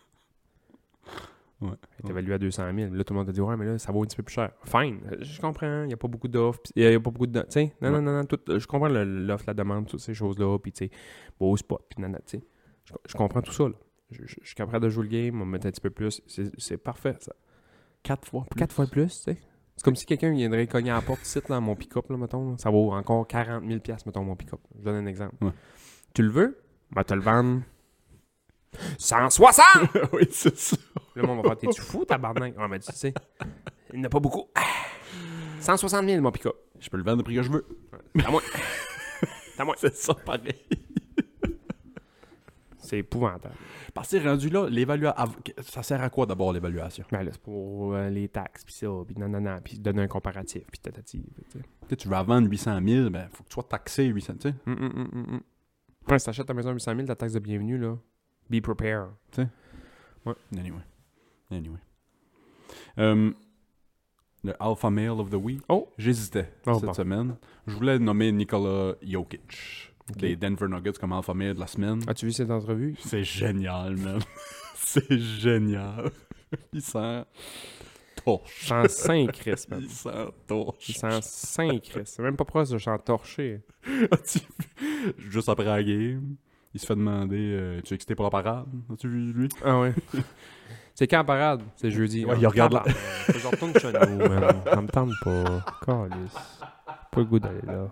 Speaker 3: Ouais.
Speaker 2: Elle est évaluée à 200 000. Là, tout le monde a dit, ouais, mais là, ça vaut un petit peu plus cher. Fine, je comprends, il n'y a pas beaucoup d'offres. puis Il n'y a, pas beaucoup de. Tu sais, non, non, non, non, tout- je comprends le- l'offre, la demande, toutes ces choses-là, puis tu sais, beau spot, puis nanana, tu sais. Je, je comprends tout ça, là. Je, je- je suis capable de jouer le game, on me mettre un petit peu plus. C'est c'est parfait, ça.
Speaker 3: 4 fois plus.
Speaker 2: Quatre fois plus, tu sais. C'est comme si quelqu'un viendrait cogner à la porte ici, dans mon pick-up, là, mettons. là. Ça vaut encore 40 000 mettons, mon pick-up. Je donne un exemple.
Speaker 3: Ouais.
Speaker 2: Tu le veux? Ben, te le vendre 160!
Speaker 3: oui, c'est ça.
Speaker 2: Le monde va faire, t'es-tu fou, tabarnak? Ah, mais tu sais, il n'y en a pas beaucoup. Ah! 160 000, mon pick-up.
Speaker 3: Je peux le vendre au prix que je veux.
Speaker 2: T'as moins. T'as moins.
Speaker 3: C'est ça, pareil.
Speaker 2: C'est épouvantable.
Speaker 3: Parce que rendu là, l'évaluation. Ça sert à quoi d'abord l'évaluation
Speaker 2: Ben là, c'est pour euh, les taxes, puis ça, puis non, non, non, puis donner un comparatif, puis tatati. puis tu sais.
Speaker 3: Tu sais, tu vas vendre 800 000, ben, faut que tu sois taxé 800 tu sais.
Speaker 2: Hum, hum, hum, hum, hum. Ouais, si t'achètes ta maison à 800 000, ta taxe de bienvenue, là, be prepared.
Speaker 3: Anyway. Anyway. Euh, le Alpha Male of the Week.
Speaker 2: Oh.
Speaker 3: J'hésitais
Speaker 2: Oh,
Speaker 3: cette
Speaker 2: bon.
Speaker 3: semaine. Je voulais nommer Nikola Jokic des Denver Nuggets comme Alpha Male de la semaine.
Speaker 2: As-tu vu cette entrevue?
Speaker 3: C'est génial, man. C'est génial. Il s'en torche.
Speaker 2: J'en sens Chris, man.
Speaker 3: Il s'en
Speaker 2: Il
Speaker 3: torche.
Speaker 2: s'en sent Chris. C'est même pas proche de s'en torcher.
Speaker 3: As-tu vu? Juste après la game, il se fait demander euh, Tu es excité pour la parade As-tu vu lui
Speaker 2: Ah ouais. C'est quand la parade? C'est jeudi.
Speaker 3: Ouais,
Speaker 2: Ah,
Speaker 3: il regarde là.
Speaker 2: tabarnak. Faut que Je retourne chez nous, man. Ça me tente pas. Calice. Pas le goût d'aller là.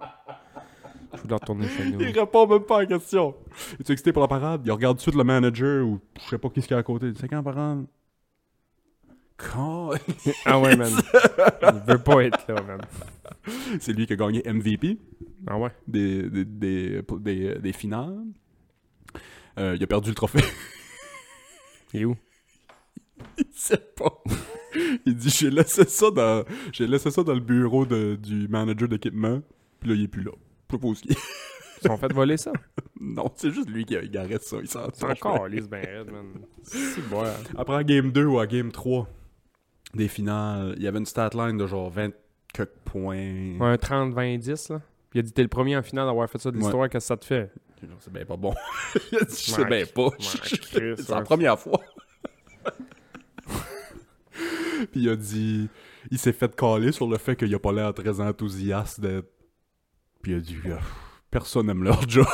Speaker 2: Je voulais retourner chez nous.
Speaker 3: Il répond même pas à la question. Es-tu excité pour la parade Il regarde tout de suite le manager ou je sais pas qui ce qu'il y a à côté. C'est quand la parade Quand
Speaker 2: Ah ouais, man. Il veut pas être là, man.
Speaker 3: C'est lui qui a gagné MVP.
Speaker 2: Ah ouais?
Speaker 3: des, des, des, des- des finales. Euh, il a perdu le trophée.
Speaker 2: Il est où?
Speaker 3: il sait pas. il dit j'ai laissé ça dans j'ai laissé ça dans le bureau de- du manager d'équipement. Puis là il est plus là. Propose qu'il
Speaker 2: Ils se sont fait voler ça?
Speaker 3: non c'est juste lui qui a égaré ça. Il s'en
Speaker 2: C'est encore lisse ben raide, man. C'est bon.
Speaker 3: Après à game 2 ou à game 3 des finales, il y avait une stat line de genre 20 quelques points.
Speaker 2: Un 30-20-10, là. Puis Il a dit t'es le premier en finale à avoir fait ça de
Speaker 3: Ouais.
Speaker 2: l'histoire, qu'est-ce que ça te fait?
Speaker 3: C'est bien pas bon. il a dit, je sais
Speaker 2: Ouais,
Speaker 3: bien pas.
Speaker 2: Chris,
Speaker 3: C'est la
Speaker 2: ouais.
Speaker 3: première fois. Puis il a dit. Il s'est fait caler sur le fait qu'il a pas l'air très enthousiaste d'être. Puis il a dit Ah, Personne n'aime leur job.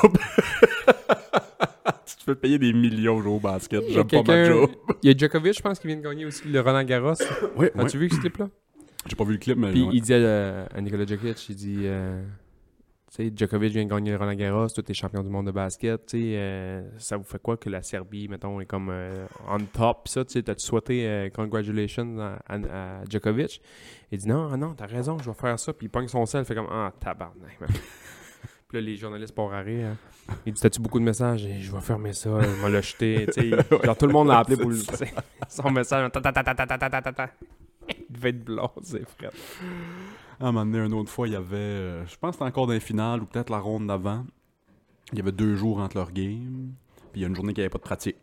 Speaker 3: tu te fais payer des millions de jouer au basket.
Speaker 2: Il y a
Speaker 3: J'aime pas ma
Speaker 2: quelqu'un-
Speaker 3: job.
Speaker 2: Il y a Djokovic, je pense, qui vient de gagner aussi le Roland Garros.
Speaker 3: Oui,
Speaker 2: As-tu vu ce clip-là?
Speaker 3: J'ai pas vu le clip, mais.
Speaker 2: Puis
Speaker 3: ouais.
Speaker 2: il dit à, euh, à Nicolas Djokovic, il dit, euh, tu sais, Djokovic vient de gagner le Roland Garros, toi t'es champion du monde de basket, tu sais, euh, ça vous fait quoi que la Serbie, mettons, est comme euh, on top, pis ça, tu sais, t'as-tu souhaité euh, congratulations à, à- à Djokovic? Il dit, non, ah non, t'as raison, je vais faire ça, puis il pogne son sel, fait comme, ah, tabarnak, man. Puis là, les journalistes pour arrêt, hein. il dit, t'as-tu beaucoup de messages? Et je vais fermer ça, je vais le jeter, tu sais, genre tout le monde l'a appelé pour le- son message, ta ta ta ta ta ta ta ta ta. Il devait être blasé, frère.
Speaker 3: À un moment donné, une autre fois, il y avait. euh, je pense que c'était encore dans les finales ou peut-être la ronde d'avant. Il y avait deux jours entre leurs games. Puis il y a une journée qu'il n'y avait pas de pratique.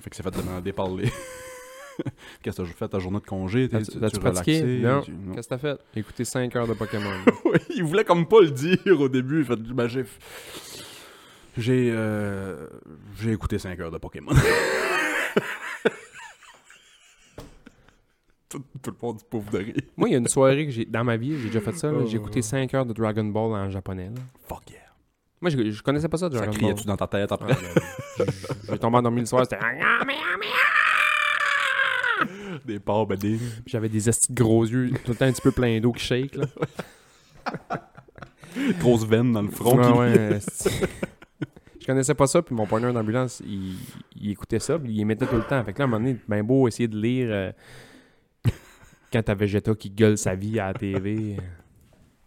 Speaker 3: Fait que c'est fait demander par les. Qu'est-ce que j'ai fait ta journée de congé? T'es-
Speaker 2: T'as-tu t'as-tu pratiqué?
Speaker 3: relaxé?
Speaker 2: Non.
Speaker 3: Tu- non.
Speaker 2: Qu'est-ce que t'as fait? Écouter 5 heures de Pokémon.
Speaker 3: Ouais, il voulait comme pas le dire au début. Il fait, ben, j'ai. J'ai. euh, j'ai écouté 5 heures de Pokémon. tout, tout le monde du pauvre de rire.
Speaker 2: Moi, il y a une soirée que j'ai dans ma vie, j'ai déjà fait ça. là, J'ai
Speaker 3: Oh.
Speaker 2: écouté 5 heures de Dragon Ball en japonais. là.
Speaker 3: Fuck yeah.
Speaker 2: Moi, je, je connaissais pas ça,
Speaker 3: Ça
Speaker 2: Dragon Ball.
Speaker 3: criait-tu dans ta tête après?
Speaker 2: Ah, ben, je- J'ai tombé endormi le soir, c'était.
Speaker 3: Des porcs, ben, des-
Speaker 2: Puis J'avais des estis de gros yeux, tout le temps un petit peu plein d'eau qui shake. Là.
Speaker 3: grosse veine dans le front.
Speaker 2: Ouais,
Speaker 3: qui-
Speaker 2: ouais, esti. je connaissais pas ça, puis mon partner d'ambulance, il, il écoutait ça, puis il émettait tout le temps. Fait que là, à un moment donné, ben beau essayer de lire euh, quand t'as Vegeta qui gueule sa vie à la TV, euh,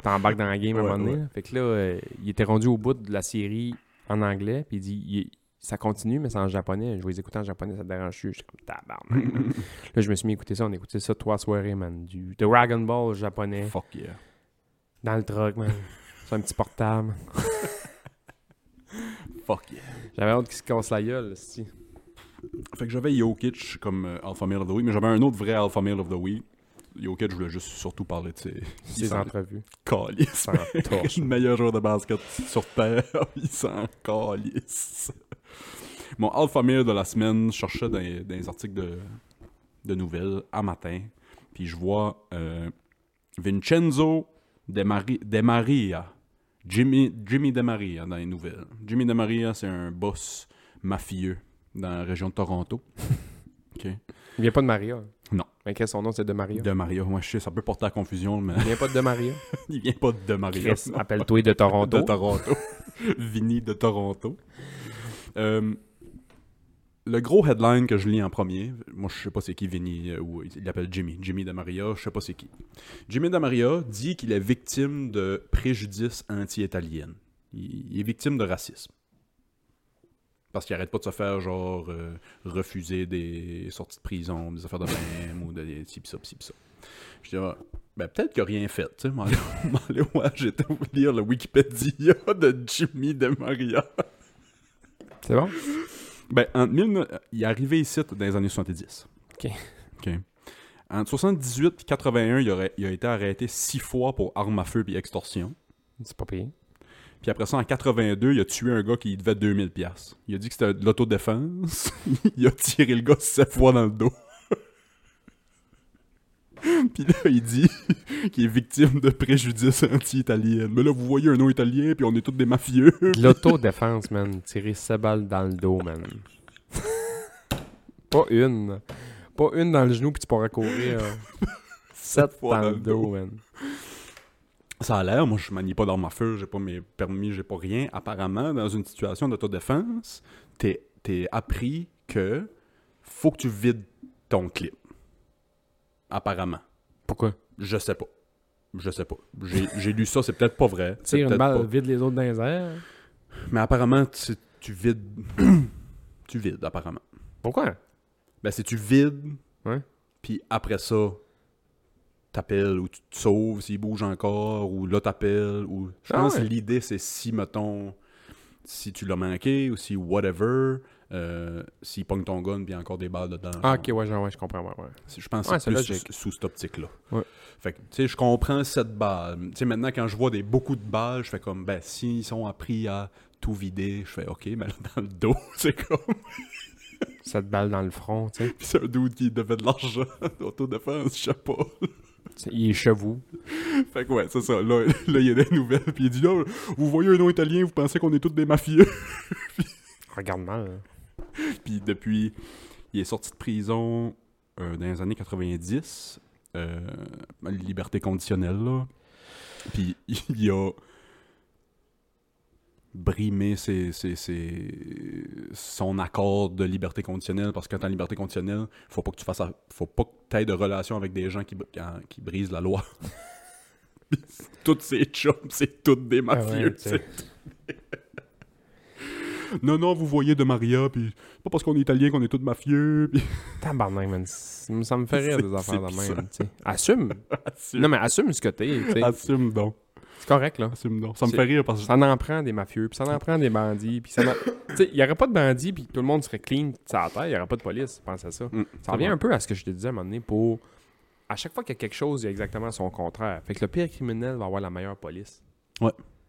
Speaker 2: t'embarques dans la game à un
Speaker 3: Ouais,
Speaker 2: moment donné. là. Fait que là, euh, il était rendu au bout de la série en anglais, puis il dit... il- ça continue, mais c'est en japonais. Je vais les écouter en japonais, ça te dérange J'étais comme tabarnak. man. là, je me suis mis à écouter ça. On écoutait ça trois soirées, man. Du Dragon Ball japonais.
Speaker 3: Fuck yeah.
Speaker 2: Dans le truck, man. C'est un petit portable.
Speaker 3: Fuck yeah.
Speaker 2: J'avais hâte qu'il se casse la gueule, si.
Speaker 3: Fait que j'avais Jokic comme euh, Alpha Male of the Week, mais j'avais un autre vrai Alpha Male of the Week. Jokic, je voulais juste surtout parler de ses...
Speaker 2: Ces entrevues.
Speaker 3: calices.
Speaker 2: Sans torche.
Speaker 3: Le meilleur joueur de basket sur Terre, il s'en calisse. Mon alpha male de la semaine, je cherchais dans les, dans les articles de, de nouvelles à matin, puis je vois euh, Vincenzo De, Mari- De Maria, Jimmy, Jimmy De Maria dans les nouvelles. Jimmy De Maria, c'est un boss mafieux dans la région de Toronto. OK.
Speaker 2: Il vient pas de Maria.
Speaker 3: Non.
Speaker 2: Mais qu'est-ce que son nom, c'est de Maria.
Speaker 3: De Maria, moi je sais, ça peut porter à confusion, mais
Speaker 2: Il vient pas de Maria.
Speaker 3: il vient pas de De Maria.
Speaker 2: Chris, appelle-toi de Toronto.
Speaker 3: de Toronto. Vinny de Toronto. Euh, le gros headline que je lis en premier, moi je sais pas c'est qui Vinny, euh, ou il l'appelle Jimmy, Jimmy Damaria, je sais pas c'est qui. Jimmy Damaria dit qu'il est victime de préjudices anti-italiennes. Il, il est victime de racisme. Parce qu'il arrête pas de se faire, genre, euh, refuser des sorties de prison, des affaires de même, ou de- des ci pis ça, pis ci, pis ça. Je dis, ah, ben peut-être qu'il a rien fait, tu sais. M'en aller- m'en aller voir, j'étais lire le Wikipédia de Jimmy Damaria.
Speaker 2: C'est bon?
Speaker 3: Ben, entre 1900 il est arrivé ici dans les années 70.
Speaker 2: OK.
Speaker 3: OK. Entre 78 et 81, il, aurait- il a été arrêté six fois pour armes à feu et extorsion.
Speaker 2: C'est pas payé.
Speaker 3: Puis après ça, en 82, il a tué un gars qui lui devait 2000 pièces. Il a dit que c'était de l'autodéfense. il a tiré le gars sept fois dans le dos. puis là, il dit qu'il est victime de préjudices anti-italiennes. Mais là, vous voyez un nom italien, puis on est tous des mafieux.
Speaker 2: De L'autodéfense, man. Tirer 7 balles dans le dos, man. pas une. Pas une dans le genou, puis tu pourras courir. 7
Speaker 3: fois
Speaker 2: dans, le dos, man.
Speaker 3: Ça a l'air, moi je manie pas d'armes à feu, j'ai pas mes permis, j'ai pas rien. Apparemment, dans une situation d'autodéfense, t'es t'es appris que faut que tu vides ton clip. Apparemment.
Speaker 2: Pourquoi?
Speaker 3: Je sais pas. Je sais pas. J'ai j'ai lu ça, c'est peut-être pas vrai. c'est
Speaker 2: Tire une
Speaker 3: peut-être
Speaker 2: balle,
Speaker 3: pas.
Speaker 2: vide les autres dans les airs.
Speaker 3: Mais apparemment, tu, tu vides. tu vides, apparemment.
Speaker 2: Pourquoi?
Speaker 3: Ben, c'est tu vides,
Speaker 2: Ouais.
Speaker 3: puis après ça, t'appelles ou tu te sauves s'il bouge encore, ou là t'appelles, ou... Je
Speaker 2: Ah
Speaker 3: pense
Speaker 2: ouais.
Speaker 3: que l'idée, c'est si, mettons, si tu l'as manqué, ou si whatever, euh, s'il pogne ton gun, puis il y a encore des balles dedans.
Speaker 2: Ah,
Speaker 3: genre.
Speaker 2: ok, ouais, genre, ouais, je comprends. Ouais, ouais.
Speaker 3: C'est- Je pense
Speaker 2: Ouais,
Speaker 3: que c'est
Speaker 2: c'est
Speaker 3: plus
Speaker 2: logique.
Speaker 3: sous, sous cette optique-là.
Speaker 2: Ouais.
Speaker 3: Fait que, tu sais, je comprends cette balle. Tu sais, maintenant, quand je vois des beaucoup de balles, je fais comme, ben, s'ils sont appris à tout vider, je fais, OK, mais là, dans le dos, c'est comme...
Speaker 2: 7 balles dans le front, tu sais.
Speaker 3: Puis c'est un dude qui devait de l'argent d'autodéfense, je sais pas.
Speaker 2: C'est- Il est chevou.
Speaker 3: Fait que ouais, c'est ça. Là, là, il y a des nouvelles, puis il dit là, vous voyez un nom italien, vous pensez qu'on est tous des mafieux.
Speaker 2: Regarde mal.
Speaker 3: puis depuis, il est sorti de prison euh, dans les années 90, euh, liberté conditionnelle, là. Puis il a brimé ses, ses- ses- son accord de liberté conditionnelle, parce que quand t'es en liberté conditionnelle, faut pas que tu fasses, a- faut pas que t'aies de relation avec des gens qui, br- qui en- qui brisent la loi. Puis Toutes ces chums, c'est toutes des
Speaker 2: Ah ouais, tu
Speaker 3: mafieux, tu
Speaker 2: sais.
Speaker 3: sais. Non, non, vous voyez de Maria, puis c'est pas parce qu'on est italien qu'on est tous mafieux, puis
Speaker 2: Tabarnak, man. c'est- Ça me fait rire des
Speaker 3: C'est-
Speaker 2: affaires de
Speaker 3: c'est
Speaker 2: même, tu sais. Assume. Non, mais assume ce que t'es, tu sais.
Speaker 3: Assume donc.
Speaker 2: C'est correct, là.
Speaker 3: Assume donc. Ça me
Speaker 2: C'est-
Speaker 3: fait rire parce que.
Speaker 2: Ça en prend des mafieux, puis ça en prend des bandits, puis ça en- Tu sais, il n'y aurait pas de bandits, puis tout le monde serait clean ça la terre, il n'y aurait pas de police, pense à ça.
Speaker 3: Mm,
Speaker 2: Ça revient un peu à ce que je te disais à un moment donné pour... À chaque fois qu'il y a quelque chose, il y a exactement son contraire. Fait que le pire criminel va avoir la meilleure police,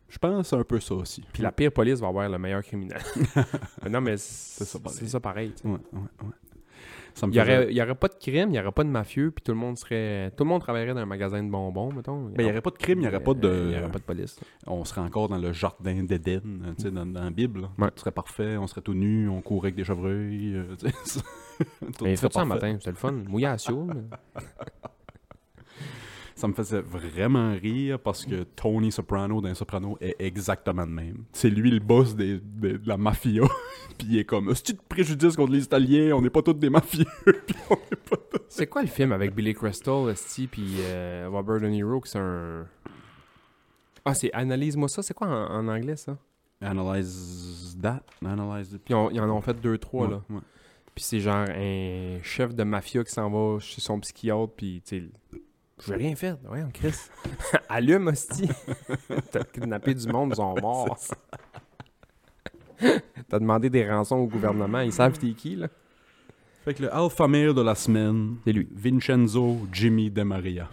Speaker 3: Je pense un peu ça aussi.
Speaker 2: puis la pire police va avoir le meilleur criminel. Mais non, mais c'est
Speaker 3: ça, pareil.
Speaker 2: c'est ça pareil. tu sais.
Speaker 3: Ouais, ouais, ouais. Ça me
Speaker 2: Il n'y
Speaker 3: fait rire.
Speaker 2: aurait, il y aurait pas de crime, il n'y aurait pas de mafieux, puis tout le monde serait... Tout le monde travaillerait dans un magasin de bonbons, mettons.
Speaker 3: Ben, il n'y aurait pas de crime, il n'y aurait pas de.
Speaker 2: Euh, Il n'y aurait pas de police.
Speaker 3: On serait encore dans le jardin d'Éden, euh, tu sais, dans, dans la Bible. là.
Speaker 2: Ouais.
Speaker 3: Tout serait parfait, on serait tout nu, on courrait avec des chevreuils. euh, tu sais, tout
Speaker 2: Mais
Speaker 3: serait
Speaker 2: fait ça un
Speaker 3: parfait.
Speaker 2: matin, c'est le fun. Mouillé à la sioule, mais-
Speaker 3: Ça me faisait vraiment rire parce que Tony Soprano dans Soprano est exactement le même. C'est lui le boss des, des- de la mafia. Puis il est comme, c'est-tu de préjudice contre les Italiens? On n'est pas tous des mafieux. Puis on est pas
Speaker 2: C'est quoi le film avec Billy Crystal, Esti, puis euh, Robert De Niro, qui c'est un... Ah, c'est Analyse-moi ça, c'est quoi en, en anglais, ça?
Speaker 3: Analyze that. Analyze it.
Speaker 2: Puis on- ils en ont fait deux, trois,
Speaker 3: Ouais,
Speaker 2: là.
Speaker 3: ouais.
Speaker 2: Puis c'est genre un chef de mafia qui s'en va chez son psychiatre, puis tu sais... Je vais rien faire, ouais, on Chris. Allume, Esti! T'as kidnappé du monde, ils sont morts. T'as demandé des rançons au gouvernement, ils savent t'es qui, là?
Speaker 3: Fait que le alpha male de la semaine,
Speaker 2: C'est lui.
Speaker 3: Vincenzo Jimmy De Maria.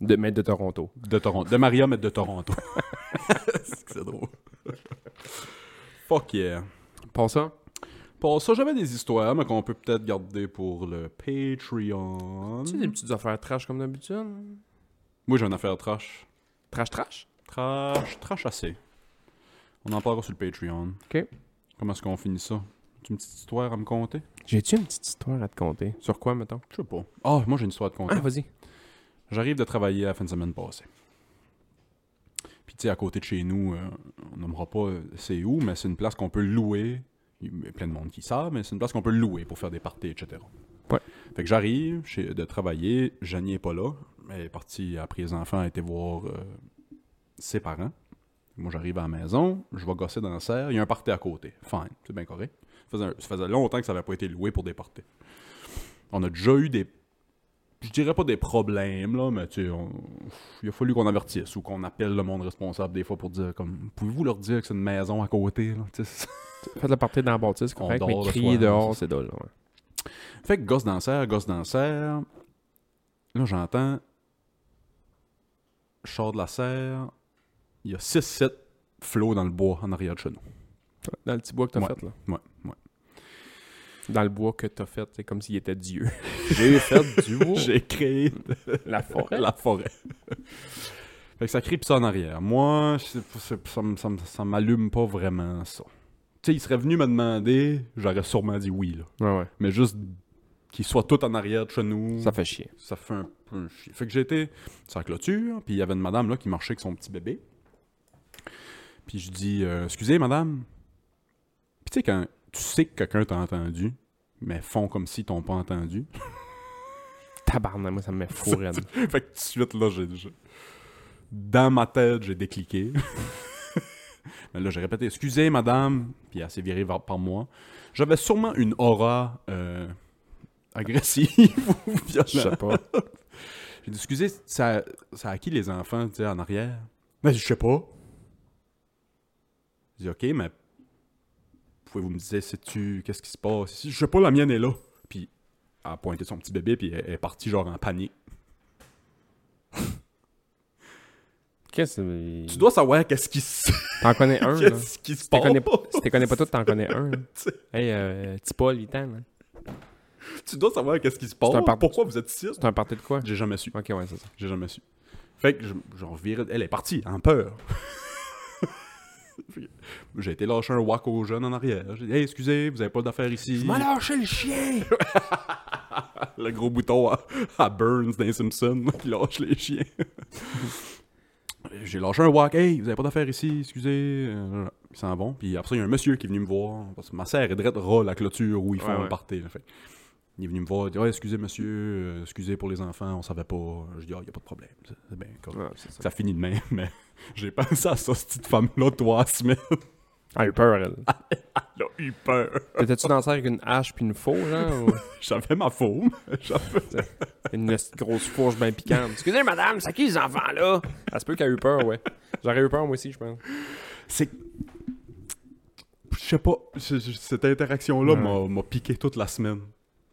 Speaker 2: De, mais de Toronto.
Speaker 3: De Toronto. De Maria, mais de Toronto. C'est que c'est drôle. Fuck yeah.
Speaker 2: Pas ça?
Speaker 3: Pour ça, j'avais des histoires, mais qu'on peut peut-être garder pour le Patreon.
Speaker 2: Tu sais, des petites affaires trash comme d'habitude?
Speaker 3: Moi, j'ai une affaire trash.
Speaker 2: Trash-trash?
Speaker 3: Trash, trash assez. On en parlera sur le Patreon.
Speaker 2: OK.
Speaker 3: Comment est-ce qu'on finit ça? Tu une petite histoire à me conter?
Speaker 2: J'ai-tu une petite histoire à te conter? Sur quoi, mettons?
Speaker 3: Je sais pas. Ah, moi, j'ai une histoire à te conter.
Speaker 2: Ah, vas-y.
Speaker 3: J'arrive de travailler la fin de semaine passée. Puis tu sais, à côté de chez nous, euh, on nommera pas euh, c'est où, mais c'est une place qu'on peut louer Il y a plein de monde qui sort, mais c'est une place qu'on peut louer pour faire des parties, etc.
Speaker 2: Ouais.
Speaker 3: Fait que j'arrive chez- de travailler, Janie est pas là. Elle est partie après les enfants, elle était voir euh, ses parents. Moi, j'arrive à la maison, je vais gosser dans la serre, il y a un party à côté. Fine, c'est bien correct. Ça faisait, ça faisait longtemps que ça n'avait pas été loué pour des parties. On a déjà eu des. Je dirais pas des problèmes, là, mais tu sais, on- il a fallu qu'on avertisse ou qu'on appelle le monde responsable des fois pour dire, comme, pouvez-vous leur dire que c'est une maison à côté, là, tu sais, c'est-
Speaker 2: Faites la partie dans la bâtisse, c'est
Speaker 3: On
Speaker 2: correct,
Speaker 3: dort
Speaker 2: mais
Speaker 3: le
Speaker 2: crier
Speaker 3: soir,
Speaker 2: dehors, c'est dole.
Speaker 3: Fait que gosse danseur, gosse danseur. Là, j'entends. Je sors de la serre. Il y a 6-7 flots dans le bois en arrière de chez nous.
Speaker 2: Dans le petit bois que t'as
Speaker 3: Ouais.
Speaker 2: fait, là.
Speaker 3: Ouais, ouais.
Speaker 2: Dans le bois que t'as fait, c'est comme s'il était Dieu.
Speaker 3: J'ai fait du bois. J'ai créé
Speaker 2: La Oh. forêt.
Speaker 3: la forêt. fait que ça crie pis ça en arrière. Moi, c'est- c'est- ça, me- ça me- ça m'allume pas vraiment ça. Tu sais, il serait venu me demander, j'aurais sûrement dit oui, là.
Speaker 2: Ouais, ouais.
Speaker 3: Mais juste qu'il soit tout en arrière de chez nous.
Speaker 2: Ça fait chier.
Speaker 3: ça fait un peu chier. Fait que j'étais sur la clôture, puis il y avait une madame là qui marchait avec son petit bébé. Puis je dis euh, excusez madame. Puis tu sais quand tu sais que quelqu'un t'a entendu, mais font comme s'ils t'ont pas entendu.
Speaker 2: Tabarnak, moi, ça me met fou raide.
Speaker 3: fait que tout de suite là j'ai j'ai- dans ma tête, j'ai décliqué. mais là j'ai répété excusez madame, puis elle s'est virée vers- par moi. J'avais sûrement une aura euh, agressive ou
Speaker 2: Je
Speaker 3: violente.
Speaker 2: sais pas.
Speaker 3: J'ai dit, excusez, ça, ça a qui les enfants, tu sais, en arrière? Ben, je sais pas. J'ai dit, ok, mais pouvez-vous me dire, sais-tu, qu'est-ce qui se passe ici? Je sais pas, la mienne est là. Puis, elle a pointé son petit bébé, puis elle elle est partie, genre, en panique.
Speaker 2: Qu'est-ce
Speaker 3: Tu
Speaker 2: que
Speaker 3: dois savoir qu'est-ce qui se,
Speaker 2: T'en connais un, là.
Speaker 3: qu'est-ce qui se
Speaker 2: t'en
Speaker 3: passe.
Speaker 2: connais pas. Si t'es connais pas tout, t'en connais un. là. Hey, euh, petit Paul, il t'en, là.
Speaker 3: Tu dois savoir qu'est-ce qui se passe.
Speaker 2: C'est un par-
Speaker 3: Pourquoi vous êtes ici?
Speaker 2: C'est un party de quoi?
Speaker 3: J'ai jamais su.
Speaker 2: Ok, ouais, c'est ça.
Speaker 3: J'ai jamais su. Fait que je, genre, virais- elle est partie, en peur. J'ai été lâcher un whack aux jeunes en arrière. J'ai dit, hey, excusez, vous avez pas d'affaires ici.
Speaker 2: lâché le chien!
Speaker 3: Le gros bouton à, à Burns dans les Simpsons là, qui lâche les chiens. J'ai lâché un walk, hey, vous avez pas d'affaires ici, excusez. Euh, Ils s'en vont. Puis après ça, il y a un monsieur qui est venu me voir. Parce que ma sœur est drette ras la clôture où ils font
Speaker 2: Ouais, ouais.
Speaker 3: le party. là, fait. Il est venu me voir, il dit, ouais, excusez monsieur, euh, excusez pour les enfants, on savait pas. Je dis, ah, y a pas de problème. C'est c'est bien correct.
Speaker 2: c'est ça.
Speaker 3: Ça finit de même, mais j'ai pensé à ça, cette petite femme-là, trois semaines.
Speaker 2: Ah, eu peur, elle.
Speaker 3: Elle a eu peur.
Speaker 2: T'étais-tu dans la serre avec une hache puis une faux, genre? ou-
Speaker 3: J'avais ma faume.
Speaker 2: Une esti de grosse fourche bien piquante. Excusez, madame, c'est qui les enfants, là? Ça se peut qu'elle a eu peur, ouais. J'aurais eu peur, moi aussi, je pense.
Speaker 3: C'est. Je sais pas, je- je- cette interaction-là
Speaker 2: Ouais.
Speaker 3: m'a- m'a piqué toute la semaine.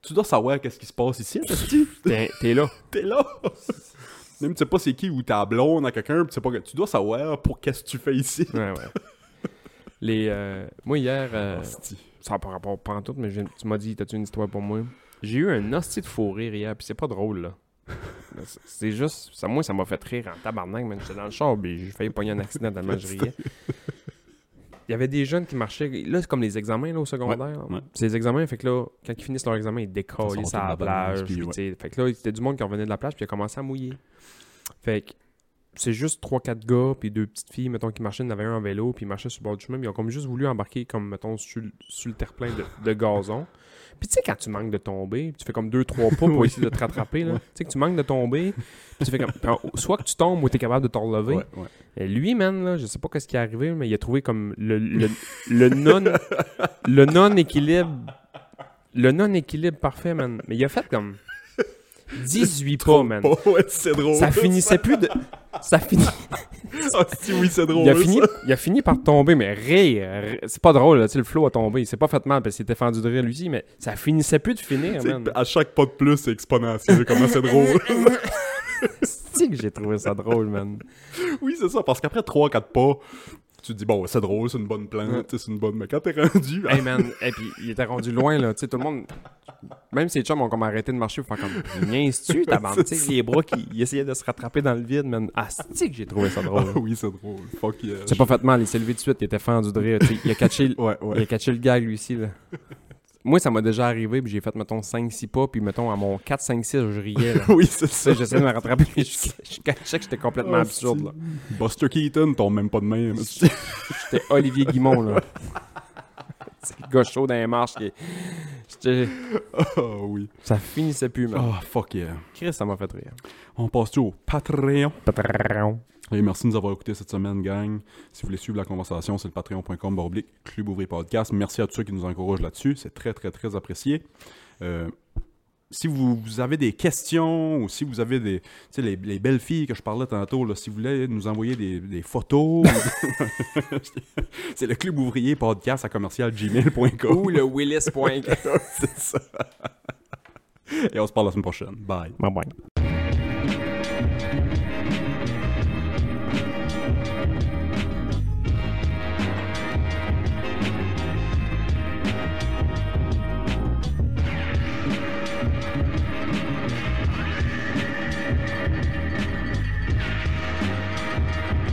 Speaker 3: Tu dois savoir qu'est-ce qui se passe ici, Testi.
Speaker 2: T'es t'es là.
Speaker 3: T'es là. Même tu sais pas c'est qui ou ta blonde à quelqu'un, tu sais pas. que- Tu dois savoir pour qu'est-ce que tu fais ici.
Speaker 2: Ouais, ouais. Les, euh, moi, hier, euh,
Speaker 3: Asti.
Speaker 2: ça n'a pas rapport pas en tout, mais je viens- tu m'as dit, t'as-tu une histoire pour moi? J'ai eu un hostie de fou rire hier, puis c'est pas drôle, là. Mais c'est- C'est juste, ça, moi, ça m'a fait rire en tabarnak, man. J'étais dans le char, puis j'ai failli pogner un accident tellement je riais. Il y avait des jeunes qui marchaient. Là, c'est comme les examens là, au secondaire. là.
Speaker 3: ouais.
Speaker 2: C'est les examens, fait que là, quand ils finissent leur examen, ils décollent
Speaker 3: Ils sont
Speaker 2: sur la
Speaker 3: tous dans la
Speaker 2: plage.
Speaker 3: balance, puis
Speaker 2: puis,
Speaker 3: ouais.
Speaker 2: tu sais, Fait que là, c'était du monde qui revenait de la plage, puis il a commencé à mouiller. Fait que c'est juste 3-4 gars, puis deux petites filles, mettons, qui marchaient. Il y en avait un en vélo, puis ils marchaient sur le bord du chemin, puis ils ont comme juste voulu embarquer, comme, mettons, sur, le- sur le terre-plein de, de gazon. Puis tu sais, quand tu manques de tomber, tu fais comme 2-3 pas pour essayer de te rattraper, là. Tu sais, que tu manques de tomber, puis tu fais comme. puis, euh, Soit que tu tombes ou t'es capable de te relever.
Speaker 3: Ouais, ouais.
Speaker 2: Et lui, man, là, je sais pas qu'est-ce qui est arrivé, mais il a trouvé comme le, le, le non le non équilibre le non équilibre parfait, man. Mais il a fait comme 18 pas, man.
Speaker 3: Oh, ouais, c'est drôle.
Speaker 2: Ça finissait plus de ça finit
Speaker 3: Asti, Ah, oui, c'est drôle.
Speaker 2: il a fini
Speaker 3: ça.
Speaker 2: il a fini par tomber mais rire, rire. c'est pas drôle, là, tu sais, le flow a tombé, il s'est pas fait mal parce qu'il était fendu de rire lui aussi, mais ça finissait plus de finir,
Speaker 3: Tu sais,
Speaker 2: man.
Speaker 3: À chaque pas de plus, c'est exponentiel. Comment c'est drôle.
Speaker 2: C'est que j'ai trouvé ça drôle, man.
Speaker 3: Oui, c'est ça, parce qu'après 3-4 pas, tu te dis, bon, c'est drôle, c'est une bonne plante, c'est une bonne. Mais quand t'es rendu,
Speaker 2: Hey man, et puis il était rendu loin là, tu sais tout le monde même ses chums ont comme arrêté de marcher pour faire comme niaises-tu ta bande, tu sais les bras qui ils essayaient de se rattraper dans le vide man. Ah, c'est que j'ai trouvé ça
Speaker 3: ah,
Speaker 2: drôle.
Speaker 3: oui, c'est drôle. Fuck yeah.
Speaker 2: C'est pas fait mal, il s'est levé tout de suite, il était fendu de rire, tu sais, il a catché le-
Speaker 3: Ouais,
Speaker 2: il a
Speaker 3: ouais.
Speaker 2: catché le gag lui aussi là. Moi ça m'a déjà arrivé, puis j'ai fait mettons 5 6 pas puis mettons à mon 4 5 6 je riais là. Tu
Speaker 3: Oui, c'est ça.
Speaker 2: sais, j'essayais de me rattraper, mais je, je cachais que j'étais complètement
Speaker 3: Ah,
Speaker 2: absurde là.
Speaker 3: hein, Buster Keaton tombe même pas de même.
Speaker 2: J'étais Olivier Guimond là. le gars chaud dans les marches. qui- J'étais-
Speaker 3: Ah oui.
Speaker 2: Ça finissait plus, man.
Speaker 3: Oh, fuck yeah.
Speaker 2: Chris, ça m'a fait rire.
Speaker 3: On passe-tu au Patreon?
Speaker 2: Patron.
Speaker 3: Et merci de nous avoir écoutés cette semaine, gang. Si vous voulez suivre la conversation, c'est le patreon.com baroblique Club Ouvrier Podcast. Merci à tous ceux qui nous encouragent là-dessus. C'est très, très, très apprécié. Euh, si vous, vous avez des questions ou si vous avez des. Tu sais, les, les belles filles que je parlais tantôt, là, si vous voulez nous envoyer des, des photos, ou- c'est le Club Ouvrier Podcast à commercial gmail.com.
Speaker 2: Ou le Willis. Point...
Speaker 3: c'est ça. Et on se parle la semaine prochaine. Bye.
Speaker 2: Bye bye.